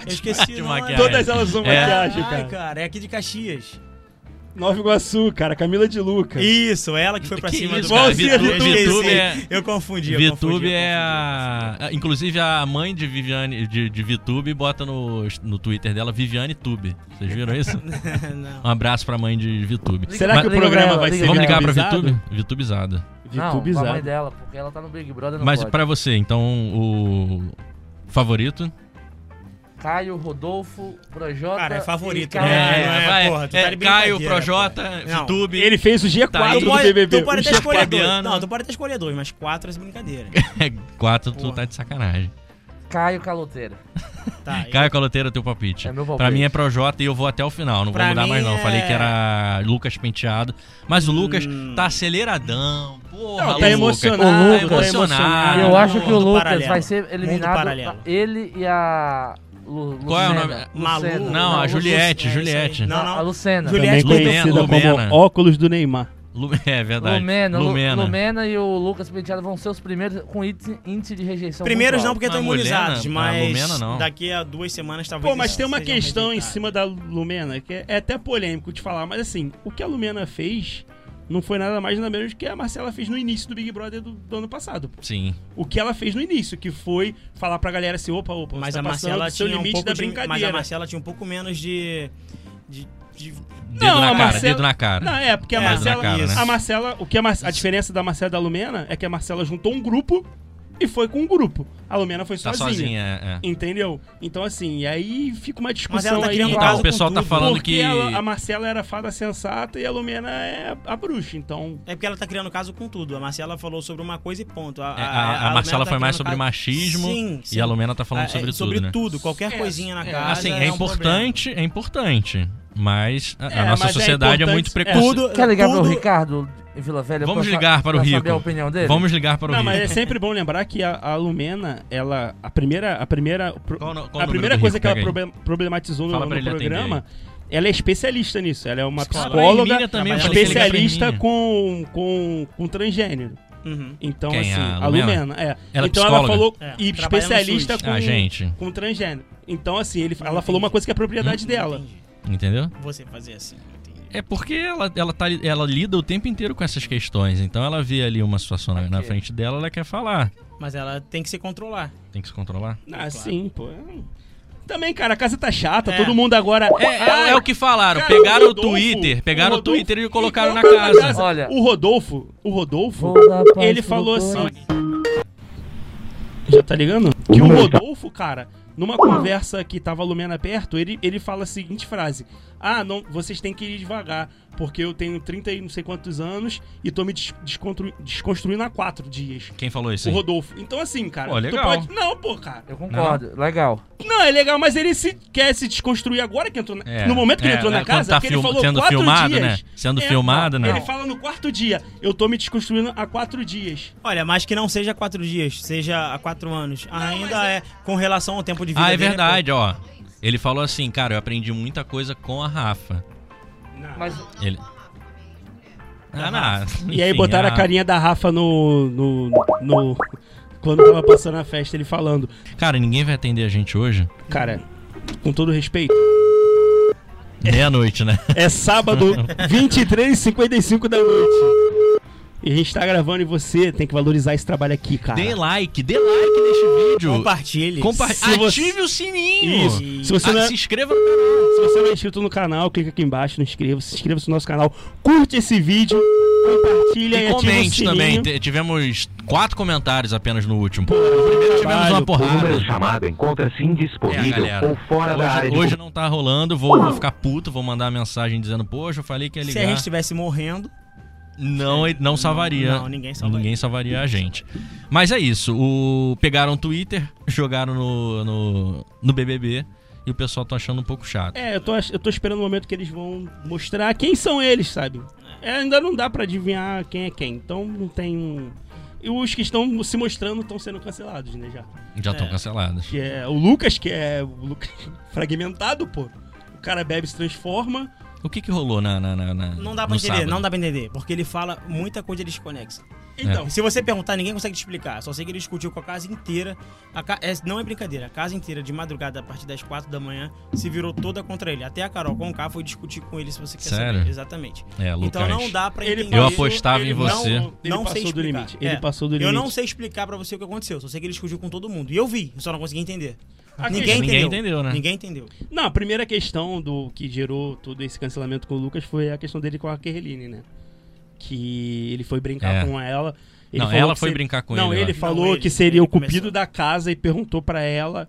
Eu esqueci.
de
o nome.
maquiagem.
Todas elas usam
É.
maquiagem,
Ai,
cara.
cara. É aqui de Caxias.
Nova Iguaçu, cara. Camila de Luca.
Isso, é ela que foi pra
Que
cima
isso,
do
cara,
Brasil.
Vitube-
Eu esqueci.
Vitube é-
Eu confundi. eu confundi,
VTube
eu
é
confundi.
a. a- Inclusive a mãe de Viviane, de, de VTube, bota no, no Twitter dela Viviane Tube. Vocês viram isso?
[LAUGHS]
[LAUGHS]
Não.
Um abraço pra mãe de VTube.
Será
Mas-
que o
liga
programa
pra ela,
vai
liga
ser
Vamos ligar pra
VTubizado?
VTube? VTubizada.
Não, com a mãe
VTubizado.
dela, porque ela tá no Big Brother, não
Mas
pode.
pra você, então, o favorito?
Caio, Rodolfo, Projota
Cara, é
e
favorito,
Carla
né?
Dias.
não é,
vai,
porra, tu tá
Caio,
de brincadeira,
Projota,
porra. Não.
VTube.
Ele fez o G4
Tá,
do
tu
pode,
BBB.
tu pode
o
até escolher dois.
Fabiano.
Não, tu pode até escolher dois, mas quatro é
[LAUGHS]
brincadeira.
Quatro, tu
Porra.
tá de sacanagem.
Caio Caloteira.
Tá,
Caio Caloteiro, teu palpite.
É meu palpite.
Pra mim é Projota e eu vou até o final. Não
Pra
vou mudar
mim
mais, não.
é- Hum.
Falei que era Lucas penteado. Mas o Lucas tá aceleradão. Porra,
Não,
Lucas.
tá emocionado,
Ô,
Tá
Lucas.
emocionado.
Ah,
eu
no
acho que o
mundo
Lucas
paralelo.
vai ser
Mundo
eliminado.
paralelo.
Ele e a. Lu,
Qual é o
Lucena.
nome?
Malu.
Lucena.
Não, a
Lu-
Juliette,
é isso aí.
Juliette.
Não, não.
A Lucena. é
Juliette
Também
Lumena,
conhecida
Lumena.
como óculos do Neymar.
Lu- É verdade.
Lumena, Lu-
Lumena.
Lumena e o Lucas Penteado vão ser os primeiros com índice, índice de rejeição.
Primeiros
muito
não,
alto.
porque estão
Mas Mulena-
imunizados,
ah,
mas
Lumena não.
daqui a duas semanas talvez.
Pô, mas
eles
tem uma
sejam
questão em
rejeitados.
cima da Lumena que é é até polêmico de falar, mas assim, o que a Lumena fez não foi nada mais nada menos que a Marcela fez no início do Big Brother do, do ano passado.
Sim.
O que ela fez no início, que foi falar pra galera assim, opa, opa,
Mas
você
a
tá passando
Marcela
do seu
tinha um
limite
pouco
da
de,
brincadeira.
Mas a Marcela tinha um pouco menos de. de, de
Dedo
Não,
na
a
cara,
Marcela-
dedo na cara.
Não, é, porque a
É,
Marcela,
na cara, né?
a Marcela, o que a, Mar- a diferença da Marcela e da Lumena é que a Marcela juntou um grupo e foi com um grupo. A Lumena foi
Tá
assim,
sozinha.
sozinha, é, é.
Entendeu? Então assim, e aí fica uma discussão
Mas ela tá
aí.
criando
Então,
caso
o pessoal
com
tá
tudo.
falando
Porque
que.
ela- a Marcela era a fada sensata e a Lumena é a bruxa, então.
é porque ela tá criando caso com tudo. A Marcela falou sobre uma coisa e ponto. A,
É, a-
a-
a
a Lumena
Marcela
tá
foi mais
criando
sobre
caso-
machismo
Sim, sim.
E a Lumena tá falando
É,
sobre,
é, sobre
tudo, né?
tudo, qualquer coisinha na casa.
Assim, é,
um
importante, é importante. Mas a, a
É, mas
nossa
é
sociedade é,
importante-
muito
é.
preconceituosa.
problema.
Quer ligar
tudo,
pro Ricardo em Vila Velha?
Vamos
pra-
ligar para o
pra
Rico.
saber a opinião dele?
Vamos ligar para o
Não,
Rico.
mas é sempre bom lembrar que a, a Lumena, ela. A primeira. A primeira,
Qual o no- qual o
a
número
primeira
do
coisa
Rico?
que ela
Pega aí.
problem- problematizou no,
Fala pra
no
ele atender
programa Ela é especialista nisso. Ela é uma
Claro.
psicóloga
Emília também, eu
trabalha-
falei que ligar pra
especialista
Emília.
com, com, com transgênero.
Uhum.
Então,
Quem?
assim,
A
a
Lumena?
Lumena, é.
Ela é
então
psicóloga?
ela falou
É, trabalha
e
no
especialista
SUS.
com,
Ah, gente.
com transgênero. Então, assim, ele, ela falou uma coisa que é propriedade dela.
Entendi.
Entendeu?
Você fazer assim, não entendi.
É porque ela, ela, tá, ela lida o tempo inteiro com essas questões. Então ela vê ali uma situação na, na
Ok.
frente dela, ela quer falar.
Mas ela tem que se controlar.
Tem que se controlar.
Ah,
Claro.
sim, pô. um- Também, cara, a casa tá chata,
É.
todo mundo agora.
É, é, é o que falaram.
Cara,
pegaram o
Rodolfo,
Twitter, pegaram o,
Rodolfo
Twitter e colocaram na
colocou na
casa.
casa.
Olha,
O Rodolfo, o Rodolfo,
Vou dar paz
ele
pro
falou assim.
coração.
Já tá ligando? Que o Rodolfo, cara, numa conversa que tava a Lumena perto, ele, ele fala a seguinte frase: Ah, não, vocês têm que ir devagar, porque eu tenho 30 e não sei quantos anos e tô me des- descontru- desconstruindo há quatro dias.
Quem falou isso?
O
aí?
Rodolfo. Então, assim, cara.
Pô,
tu
legal.
pode- Não, pô, cara.
eu concordo, legal.
Não, é legal, mas ele se, quer se desconstruir agora que entrou na,
É,
No momento que
é,
ele entrou
é,
na
quando
casa,
tá
porque
film-
ele falou
sendo
quatro
filmado,
dias.
né? Sendo
É,
filmado,
Ele
não.
fala no quarto dia, eu tô me desconstruindo há quatro dias.
Olha, mas que não seja quatro dias, seja há quatro anos. Ainda é com relação ao tempo de vida.
Ah, é
dele,
verdade, ó. Ele falou assim, cara, eu aprendi muita coisa com a Rafa.
Mas
Ele. Ah, [LAUGHS] não.
E aí
Enfim, ah,
botaram a carinha da Rafa no. no. no- quando tava passando a festa, ele falando.
Cara, ninguém vai atender a gente hoje.
Cara, com todo respeito,
Meia-noite, né? [LAUGHS]
é sábado 23h55 da noite. E a gente tá gravando e você tem que valorizar esse trabalho aqui, cara.
Dê like, dê like neste
pô.
vídeo.
Compartilhe.
Compartilhe.
Se você-
Ative o sininho.
Isso. Se você,
Ah,
não é,
Se inscreva no canal.
se você não é inscrito no canal, clica aqui embaixo, não inscreva, se inscreva no nosso canal, curte esse vídeo, compartilha e,
E
ativa o
comente
sininho.
também. T- Tivemos quatro comentários apenas no último. Tivemos
trabalho,
uma
O número
porrada.
chamado encontra-se
É,
indisponível
galera.
ou fora da área
Hoje,
de
hoje não tá rolando, vou, vou ficar puto, vou mandar uma mensagem dizendo, poxa, eu falei que ia
é
Se a gente
ligar.
estivesse morrendo,
Não, e- não salvaria.
Não, ninguém salvaria.
Ninguém salvaria a gente. Mas é isso. O... Pegaram o Twitter, [LAUGHS] jogaram no, no, no BBB e o pessoal tá achando um pouco chato.
É, eu tô, ach- eu tô esperando o momento que eles vão mostrar quem são eles, sabe? É, ainda não dá pra adivinhar quem é quem, então não tem um. E os que estão se mostrando estão sendo cancelados, né, já.
Já estão
é.
cancelados.
Que é o Lucas, que é o Lucas [LAUGHS] fragmentado, pô. O cara bebe, se transforma.
O que que rolou na. na, na, na-
não dá
no
pra entender,
sábado?
não dá pra entender. Porque ele fala muita coisa desconexa.
Então,
E Se você perguntar, ninguém consegue te explicar. Só sei que ele discutiu com a casa inteira. A ca- é, não é brincadeira, a casa inteira, de madrugada, a partir das 4 da manhã, se virou toda contra ele. Até a Carol Conká foi discutir com ele, se você quer
Sério?
saber. Exatamente.
É, Lucas.
Então não dá pra entender.
Eu apostava em
ele
você.
Não, ele
Não sei
passou do
explicar.
limite. Ele
É.
passou do limite.
Eu não sei explicar pra você o que aconteceu. Só sei que ele discutiu com todo mundo. E eu vi, eu só não consegui entender.
A
Ninguém entendeu.
questão-
Ninguém entendeu, né?
Ninguém entendeu.
Não, a primeira questão do que gerou todo esse cancelamento com o Lucas foi a questão dele com a Kerline, né? Que ele foi brincar
É.
com ela. ele
Não,
falou
ela
que
foi
se-
brincar com
não,
ele.
ele
ó.
falou
Não, ele.
que seria
Ele
o cupido
começou.
da casa e perguntou pra ela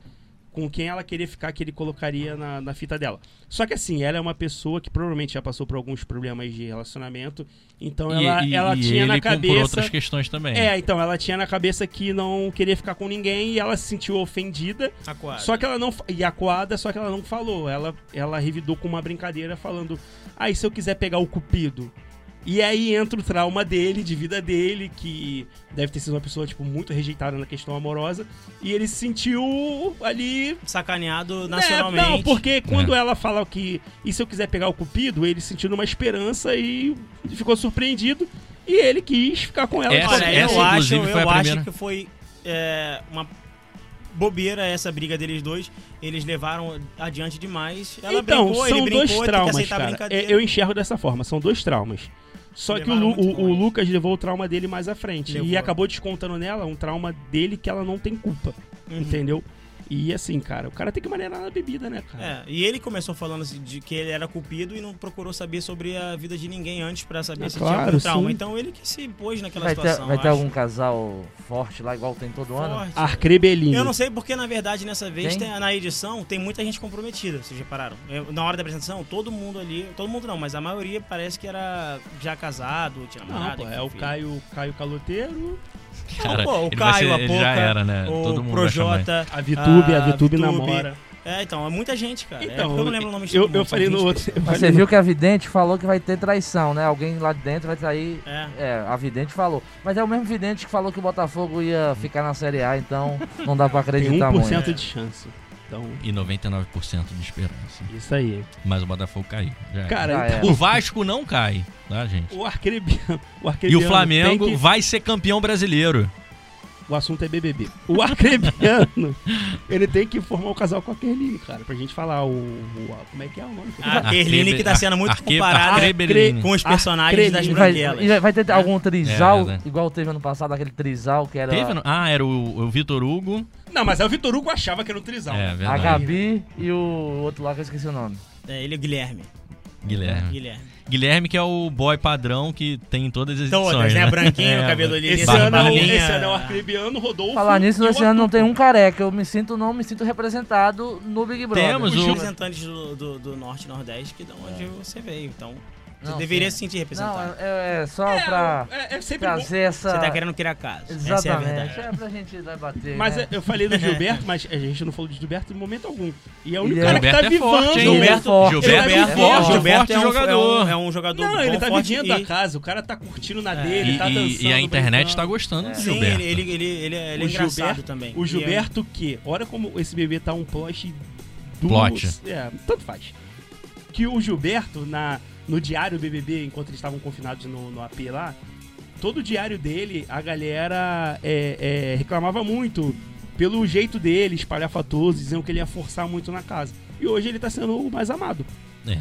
com quem ela queria ficar, que ele colocaria na, na fita dela. Só que assim, ela é uma pessoa que provavelmente já passou por alguns problemas de relacionamento, então ela, ela tinha
ele
na
com- por
cabeça...
outras questões também.
É, então, ela tinha na cabeça que não queria ficar com ninguém e ela se sentiu ofendida.
Aquário.
Só que ela não. fa- E acuada, só que ela não falou. Ela, ela revidou com uma brincadeira falando: Ah, e se eu quiser pegar o Cupido? E aí entra o trauma dele, de vida dele, que deve ter sido uma pessoa, tipo, muito rejeitada na questão amorosa. E ele se sentiu ali.
Sacaneado
né,
nacionalmente.
não, porque quando ela fala que. E se eu quiser pegar o Cupido? Ele sentiu uma esperança e ficou surpreendido. E ele quis ficar com ela.
Essa-
Tipo,
Olha, eu
essa,
acho,
inclusive, foi a
eu acho
primeira.
que foi é, uma bobeira essa briga deles dois. Eles levaram adiante demais. Ela
então,
brincou,
são
ele brincou,
dois
tem que
traumas,
aceitar a
cara.
brincadeira.
É, Eu enxergo dessa forma, são dois traumas. Só que o,
Levaram
Lu-
muito
o- o
longe.
Lucas levou o trauma dele mais à frente. E
Levou.
acabou descontando nela um trauma dele que ela não tem culpa.
Uhum.
Entendeu? E assim, cara, o cara tem que maneirar na bebida, né, cara?
É, e ele começou falando assim, de que ele era cupido e não procurou saber sobre a vida de ninguém antes pra saber
É
se
claro,
tinha algum trauma.
sim.
Então ele que se pôs naquela
vai ter,
situação.
vai ter
eu
algum Ah,
acho.
casal forte lá, igual tem todo ano?
Forte.
Arcrebelinho.
Eu não sei porque, na verdade, nessa vez,
Quem?
tem- na edição, tem muita gente comprometida, vocês repararam? Eu- na hora da apresentação, todo mundo ali, todo mundo não, mas a maioria parece que era já casado, tinha
Não,
namorado.
pô,
enfim,
é o
filho.
Caio, Caio Caloteiro,
Cara,
[LAUGHS] Pô, o
ele vai
Caio,
ser-
a
ele
Poca,
já era, né?
o
Todo mundo vai chamar.
Projota.
a Vitube, a Vitube namora.
É, então, é muita gente, cara. Então, Ah, é,
Então,
porque eu não lembro o nome de
Eu,
todo mundo,
eu
são
falei no
20
outro. eu
Mas
falei
você
no-
viu que a vidente falou que vai ter traição, né? Alguém lá de dentro vai trair.
É.
É, a vidente falou. Mas é o mesmo vidente que falou que o Botafogo ia ficar na Série A, então não dá pra
Tem
um
acreditar
1%
muito.
de chance. Então,
e 99% de esperança.
isso aí.
Mas o Botafogo caiu. já era.
Cara,
Ah, é.
então,
o Vasco não cai, tá, gente?
[LAUGHS] o arcrebiano. O
E
arcrebiano
o Flamengo
tem que-
vai ser campeão brasileiro.
O assunto é BBB. O [LAUGHS] arcrebiano, ele tem que formar um casal com a Kerline, cara, pra gente falar o, o- Como é que é o nome?
Ah.
A Kerline que tá sendo muito
Arque-
comparada
Arcrebelini.
com os
Ah,
personagens das
Arcrebelini.
E vai,
branquelas.
e vai- vai ter algum
É,
trisal,
verdade.
igual teve ano passado, aquele trisal que era
Teve no- Ah, era o, o Vitor Hugo.
Não, mas aí o Vitor Hugo achava que era um trisal.
Então,
É,
a
verdade.
Gabi e o outro lá que eu esqueci o nome.
É, ele é o Guilherme.
Guilherme.
Guilherme.
Guilherme que é o boy padrão que tem em todas as edições,
Todas, né? Branquinho,
É,
cabelo liso,
Esse,
Barba-
ano, é o-
Barbinha.
esse ano é o arcrebiano, Rodolfo.
Falar nisso,
e o
esse ano não tem um careca. Eu me sinto, não me sinto representado no Big Brother.
Temos um-
Os
o-
representantes do, do, do Norte e Nordeste, que de onde
É.
você veio. Então, você
Não,
deveria se
sim.
sentir
Não,
representado.
é, é só pra
É, é sempre bom.
trazer essa.
Você tá querendo criar caso. Essa é a
Exatamente.
verdade.
É, pra gente debater.
Mas é-
né?
eu falei do Gilberto, mas a gente não falou de Gilberto em momento algum. E é o único
Ele é-
cara que tá
Gilberto é
vivando.
forte, hein?
Ele é
Gilberto,
forte.
Gilberto,
Ele é
é
forte,
forte,
Gilberto é um
jogador.
É um, é um jogador
Não,
bom,
ele tá
forte
vivendo
e-
a casa, o cara tá curtindo na
E,
dele, tá dançando.
e- e a internet
brincando.
tá gostando do
Sim,
Gilberto.
ele, ele, ele, ele é, ele é
O
engraçado
Gilberto-
também.
O
E
Gilberto que, olha como esse bebê tá um plot do...
Plot.
É, tanto faz. Que o Gilberto, na, no diário BBB, enquanto eles estavam confinados no, no AP lá, todo o diário dele, a galera é, é, reclamava muito pelo jeito dele, espalhafatoso, diziam que ele ia forçar muito na casa. E hoje ele tá sendo o mais amado.
É.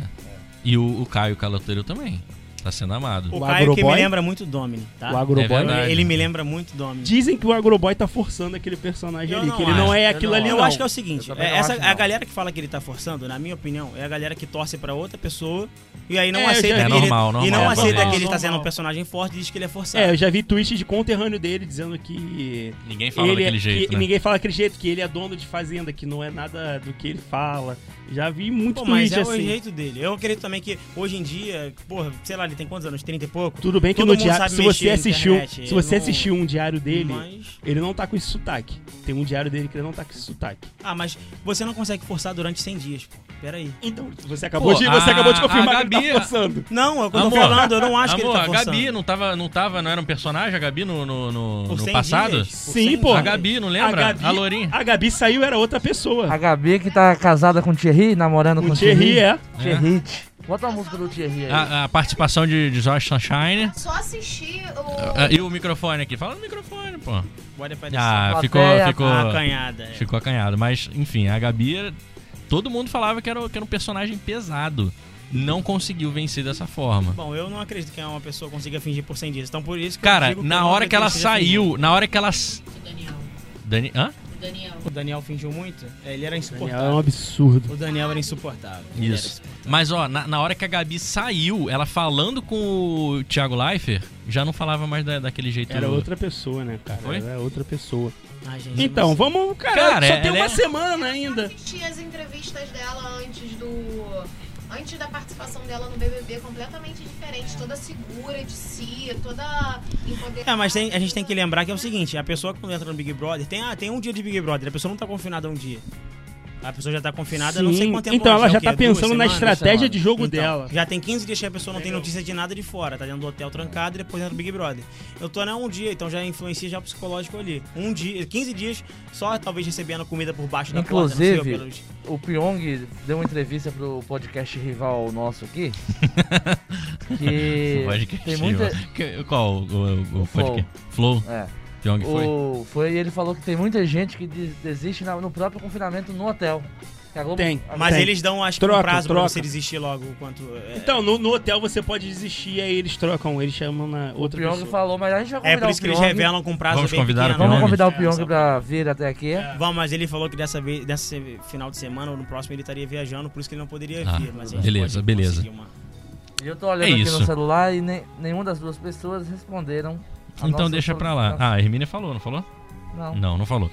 E o, o Caio Caloteiro também. Tá sendo amado.
O,
O
Caio que me
Agroboy?
lembra muito Domini, tá?
Agroboy- É verdade.
Ele, ele me lembra muito Domini.
Dizem que o Agroboy tá forçando aquele personagem
Eu
ali,
não
que ele não
acho,
é
eu
aquilo
não
ali,
Eu
não.
acho que é o seguinte,
Eu também
é,
não
essa,
acho,
a
não.
galera que fala que ele tá forçando, na minha opinião, é a galera que torce pra outra pessoa e aí não
É, eu
aceita que
já
vi. É
ele,
normal,
e
normal,
não
é normal,
aceita que ele tá
normal.
sendo um personagem forte e diz que ele é forçado.
É, eu já vi tweets de conterrâneo dele dizendo que
Ninguém fala
Ele é-
daquele jeito,
que
né?
Ninguém fala daquele jeito, que ele é dono de fazenda, que não é nada do que ele fala. Já vi muito
Pô, mas é
tweet
o
assim.
jeito dele. Eu acredito também que hoje em dia, porra, sei lá, ele tem quantos anos? 30 e pouco?
Tudo bem que
Todo
no
mundo
diário,
sabe
se você
mexer na
assistiu,
internet,
se
ele
você
não-
assistiu um diário dele,
Mas...
ele não tá com esse sotaque. Tem um diário dele que ele não tá com esse sotaque.
Ah, mas você não consegue forçar durante 100 dias, pô. Pera aí.
Então, você acabou de você
a-
acabou de confirmar
a
que ele
Gabi-
tá forçando.
Não, é o que eu tô
Amor,
falando, eu não acho que
Amor,
ele tá
a
forçando.
Gabi não tava, não tava, não era um personagem, a Gabi no, no, no-
Por
no
100
passado?
dias, por
Sim,
100
pô.
dias.
A Gabi, não lembra?
A
A,
Gabi,
Lourinha.
a Gabi saiu era outra
A
pessoa.
Gabi que tá casada com o Thierry, namorando com
O Thierry é.
Thierry. Bota a música do Thierry aí.
A, a participação de, de Josh Sunshine.
Só assistir o.
Ah, E o microfone aqui. Fala no microfone, pô.
Pode aparecer.
Ah,
Plateia,
ficou, ficou,
Ah, acanhada. é.
ficou acanhado. Mas, enfim, a Gabi, todo mundo falava que era, que era um personagem pesado. Não conseguiu vencer dessa forma.
Bom, eu não acredito que uma pessoa consiga fingir por 100 dias. Então por isso que eu
Cara,
digo que eu
na
não
hora que ela
acredito seja fingir.
saiu, na hora que ela. s-
O Daniel.
Dani... Hã?
O Daniel.
O Daniel fingiu muito? É, Ele era
É um
insuportável.
absurdo.
O Daniel era insuportável. Ele era
Isso. Mas, ó, na, na hora que a Gabi saiu, ela falando com o Thiago Leifert, já não falava mais da- daquele jeito.
Era outra pessoa, né, cara?
Foi?
Era outra pessoa.
Ah, gente, eu
Então,
não sei.
vamos, cara,
Cara,
só tem
ela
uma
é-
semana ainda.
assisti as entrevistas dela antes do. Antes da participação dela no BBB, completamente diferente. Toda segura de si, toda empoderada.
É, mas tem- a gente tem que lembrar que é o seguinte, a pessoa quando entra no Big Brother, tem, ah, tem um dia de Big Brother, a pessoa não tá confinada um dia. A pessoa já tá confinada, não sei
Sim,
quanto tempo
Então ela
hoje,
já
é o
tá
quê? Duas
pensando na
semanas?
estratégia
semana.
de jogo
Então,
dela.
Já tem 15 dias que a pessoa não tem notícia de nada de fora, tá dentro do hotel trancado e depois dentro do Big Brother. Eu tô né, um dia, então já influencia já o psicológico ali. Um dia, 15 dias só talvez recebendo comida por baixo da
Inclusive,
porta, não sei, ou
O Pyong deu uma entrevista pro podcast rival
[LAUGHS]
nosso aqui. que
Podcast.
tem muita.
Que- Qual o, o, o,
O
podcast? Flow.
É,
Pyong foi?
o, foi ele falou que tem muita gente que des- desiste na- no próprio confinamento no hotel. Que a Globo-
Tem,
a-
Mas
Tem.
eles dão, acho que
Troca,
um prazo
troca.
pra você desistir logo o quanto... é,
Então, no, no hotel você pode desistir, aí eles trocam, eles chamam na
o
outra
Pyong
pessoa.
falou, mas a gente vai
É
convidar
por isso
o
que eles
Pyong.
revelam né? É, com prazo
Vamos
bem
convidar o
pequeno.
Vamos
Pyong?
convidar o Pyong
só-
pra vir até aqui.
Vamos, mas ele falou que dessa vez, dessa final de semana ou no próximo ele estaria viajando, por isso que ele não poderia
Ah,
vir. Mas a gente
beleza,
pode
beleza.
conseguir uma-
E eu tô olhando
É
aqui
isso.
no celular e nem- nenhuma das duas pessoas responderam. a
Então
nossa
deixa pra lá.
solicitação.
Ah, a Hermínia falou, não falou?
Não.
Não, não falou.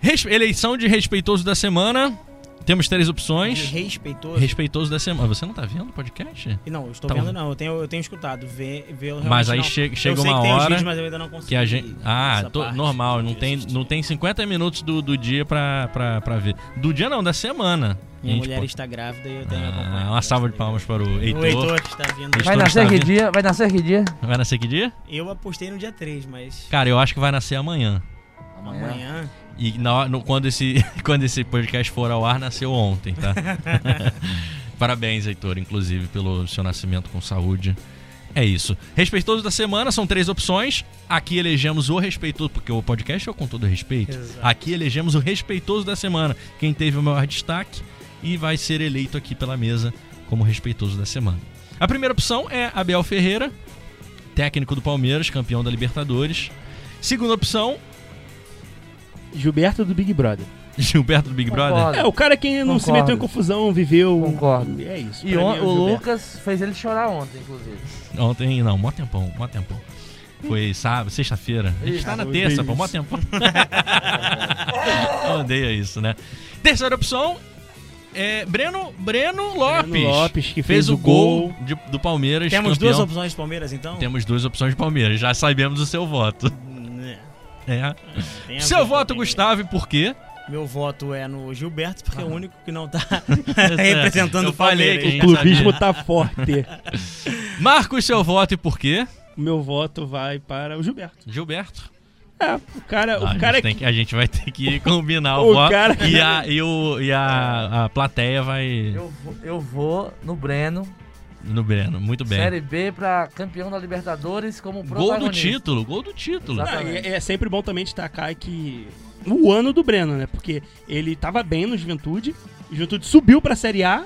Res- Eleição de respeitoso da semana. Temos três opções.
é Respeitoso.
Respeitoso da semana. Você não tá vendo o podcast?
E Não, eu estou
Tá
vendo
bom.
não, eu tenho, eu tenho escutado, vê, vê eu
Mas
realmente
aí
não.
che-
Eu
chega
sei
uma
que tem os
hora
vídeos, mas eu ainda não consigo
Que a gente. Ah,
essa
tô-
parte.
normal. Não tem, não tem 50 minutos do, do dia pra, pra, pra ver. Do dia não, da semana.
Minha
Gente,
mulher
pô,
está grávida e eu tenho
ah,
acompanhado.
uma salva de palmas para o Heitor.
O Heitor que está vindo.
Mas-
Vai
Estou
nascer que
instável.
dia? Vai nascer que dia?
Vai nascer que dia?
Eu apostei no dia 3, mas
Cara, eu acho que vai nascer amanhã.
amanhã...
E na hora- no- quando, esse, [LAUGHS] quando esse podcast for ao ar, nasceu ontem, tá? Parabéns, Heitor, inclusive, pelo seu nascimento com saúde. É isso. Respeitoso da semana são três opções. Aqui elegemos o respeitoso, porque o podcast é o com todo respeito.
Exato.
Aqui elegemos o respeitoso da semana, quem teve o maior destaque e vai ser eleito aqui pela mesa como respeitoso da semana. A primeira opção é Abel Ferreira, técnico do Palmeiras, campeão da Libertadores. Segunda opção, [LAUGHS]
Gilberto do Big Brother.
Gilberto do Big Brother.
É, o cara que não se
Concordo.
meteu em confusão, viveu.
Concordo.
É isso.
E
pra
on-
mim é
o
Gilberto.
Lucas fez ele chorar ontem, inclusive.
Ontem, não, mó tempão, mó tempão. Foi sábado, sexta-feira. A gente
Isso.
tá na
Eu
terça,
odeio
pô, mó
isso.
tempão. [LAUGHS] Eu Odeio isso, né? Terceira opção é Breno, Breno Lopes.
Fernando Lopes, que
Fez o gol de- do Palmeiras.
Temos
campeão.
duas opções de Palmeiras, então?
Temos duas opções de Palmeiras, já sabemos o seu voto.
É,
É.
tem a ver
Seu
com
voto,
quem-
Gustavo, e por quê?
Meu voto é no Gilberto, porque é o único que não tá
[LAUGHS] é.
[LAUGHS] representando
Eu
o
falei que
Palmeiras.
O clubismo tá forte.
Marcos, seu voto e por quê?
O meu voto vai para o Gilberto.
Gilberto.
É, o cara,
Ah,
o cara
a,
é
gente tem
que.
que- a gente vai ter que combinar o,
O
voto
cara que-
e, a, e, o, e a, a plateia vai
Eu, vou- eu vou no Breno,
no Breno. Muito bem.
Série B pra campeão da Libertadores como
Gol
protagonista.
do título, gol do título.
Exato.
Ah, e é, é sempre bom também destacar que. O ano do Breno, né? Porque ele tava bem no Juventude, o Juventude subiu pra Série A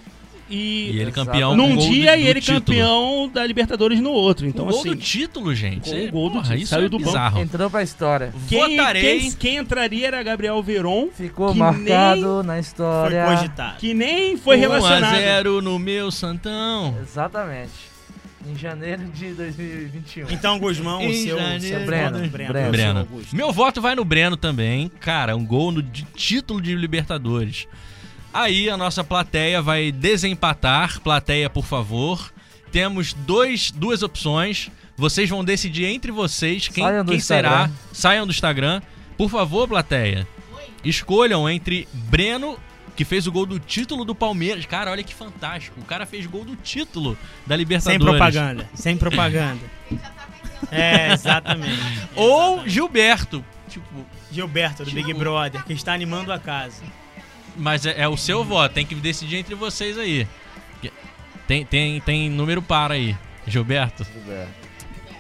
E
e.
ele
Exato.
campeão com
num
um gol do-
dia
do
e ele
título.
campeão da Libertadores no outro. Então,
o gol
assim.
do título, gente.
Com
Isso é-
o gol do
porra,
título.
Isso
Saiu
é
do banco.
bizarro.
Entrou pra história.
Quem,
Votarei.
quem, quem entraria era Gabriel Veron,
Ficou
Que
marcado na
Foi
história.
cogitado.
que nem foi
1 a
relacionado.
0 no meu Santão.
Exatamente. Em janeiro de 2021.
Então, Guzmão, o
Em
seu,
janeiro.
seu
Breno,
voto,
Breno.
seu
Breno.
É, Augusto.
Meu voto vai no Breno também. Cara, um gol no de- título de Libertadores. Aí a nossa plateia vai desempatar. Plateia, por favor. Temos dois, duas opções. Vocês vão decidir entre vocês quem,
Saiam do
quem será.
Instagram.
Saiam do Instagram. Por favor, plateia. Escolham entre Breno, que fez o gol do título do Palmeiras. Cara, olha que fantástico. O cara fez gol do título da
Sem
Libertadores.
propaganda. Sem propaganda. É, exatamente.
Ou Gilberto. Tipo,
Gilberto, do Big Brother, que está animando a casa.
Mas é, é o seu voto, tem que decidir entre vocês aí. Tem, tem, tem número par aí. Gilberto?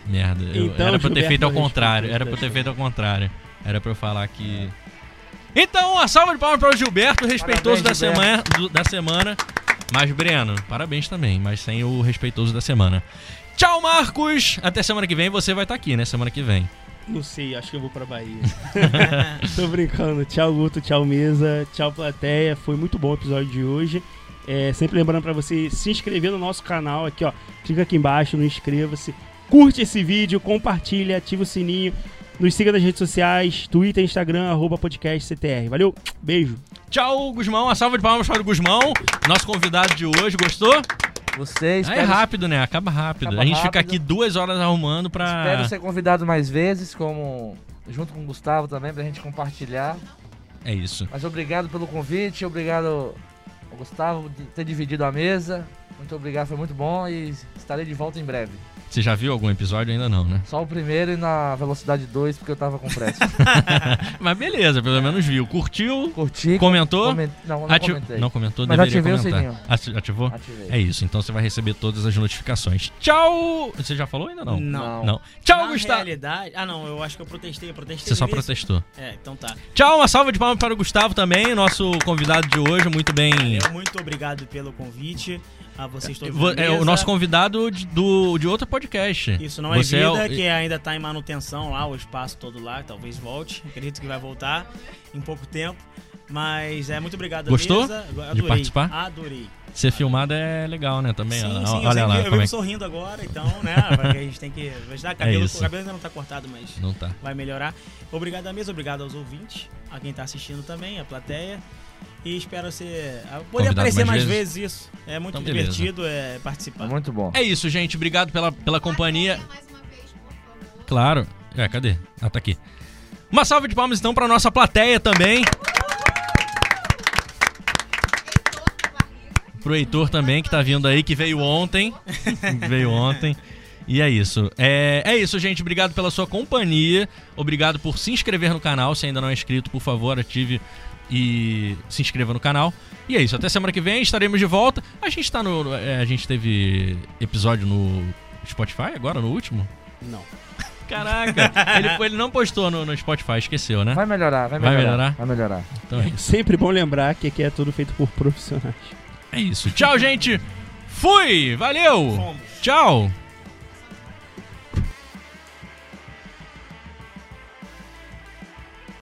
Merda, eu-
Então,
era pra eu ter
Gilberto
feito ao
responde
contrário.
os
Era pra eu
dois
ter feito ao contrário. Era pra eu falar que. Então, uma salva de palmas para o Gilberto, respeitoso da,
Parabéns,
Semana, do- da semana. Mas, Breno, parabéns também, mas sem o respeitoso da semana. Tchau, Marcos! Até semana que vem, você vai estar aqui, né? Semana que vem.
Não sei, acho que eu vou pra Bahia. [LAUGHS] Tô brincando. Tchau, Guto. Tchau, mesa. Tchau, plateia. Foi muito bom o episódio de hoje. É, sempre lembrando pra você se inscrever no nosso canal aqui, ó. Clica aqui embaixo, no inscreva-se. Curte esse vídeo, compartilha, ativa o sininho. Nos siga nas redes sociais, Twitter, Instagram, arroba podcast CTR. Valeu, beijo.
Tchau, Guzmão. Uma salva de palmas para o Guzmão, nosso convidado de hoje. Gostou?
Vocês
Ah, é rápido, né? Acaba rápido.
Acaba
a gente fica
rápido.
aqui duas horas arrumando
Espero
pra.
ser convidado mais vezes, como junto com o Gustavo também, pra gente compartilhar.
É isso.
Mas obrigado pelo convite, obrigado ao Gustavo de ter dividido a mesa. Muito obrigado, foi muito bom e estarei de volta em breve.
Você já viu algum episódio? Ainda não, né?
Só o primeiro e na velocidade 2, porque eu tava com pressa.
Mas beleza, pelo menos viu. Curtiu?
[LAUGHS] Curti.
Comentou?
coment- Não, não
Ati-
comentei.
Não comentou?
Mas
deveria
ativei o
comentar.
sininho.
Ati- Ativou?
Ativei.
É isso. Então você vai receber todas as notificações. Tchau! Você já falou? Ainda não.
Não.
Não. Tchau,
Na
Gustavo!
realidade... Ah, não, eu acho que eu protestei, eu protestei.
Você só
no início.
protestou.
É, então tá.
Tchau, uma salva de palmas para o Gustavo também, nosso convidado de hoje. Muito bem.
Eu muito obrigado pelo convite. A vocês todos.
Vo-
da
É o
mesa.
nosso convidado de, do, de outro podcast.
Isso não é
Você
vida,
o-
que ainda tá em manutenção lá, o espaço todo lá, talvez volte. Acredito que vai voltar em pouco tempo. Mas é muito obrigado à
Gostou
mesa. Adorei.
participar?
Adorei.
Ser filmado é legal, né? Também.
sim,
ó,
sim, eu,
olha lá
sei que eu
como
vivo
é que. É
sorrindo agora, então, né? A gente tem que.
[LAUGHS]
Vai dar cabelo,
isso.
o cabelo ainda não tá cortado, mas
Não tá.
vai melhorar. Obrigado à mesa, obrigado aos ouvintes, a quem tá assistindo também, a plateia. E espero ser. a- Poder
Convidado
aparecer
mais
mais vezes. isso. É muito
Então, beleza.
divertido é, participar.
Muito bom.
É isso, gente. Obrigado pela, pela companhia.
Mais uma vez, por favor.
Claro. É, cadê? Ah, tá aqui. Uma salva de palmas então pra nossa plateia também.
Heitor na barriga.
Pro Heitor também, que tá vindo aí, que veio ontem. veio ontem. E é isso. É, é isso, gente. Obrigado pela sua companhia. Obrigado por se inscrever no canal. Se ainda não é inscrito, por favor, ative e se inscreva no canal. E é isso. Até semana que vem estaremos de volta. A gente tá no. é, a gente teve episódio no Spotify agora, no último?
Não.
[LAUGHS] Caraca! ele, ele não postou no, no Spotify, esqueceu, né?
Vai melhorar, vai
Vai
melhorar.
melhorar?
Vai melhorar.
Então é isso.
Sempre bom lembrar que aqui é tudo feito por profissionais.
É isso. Tchau, gente. Fui. Valeu. Tchau.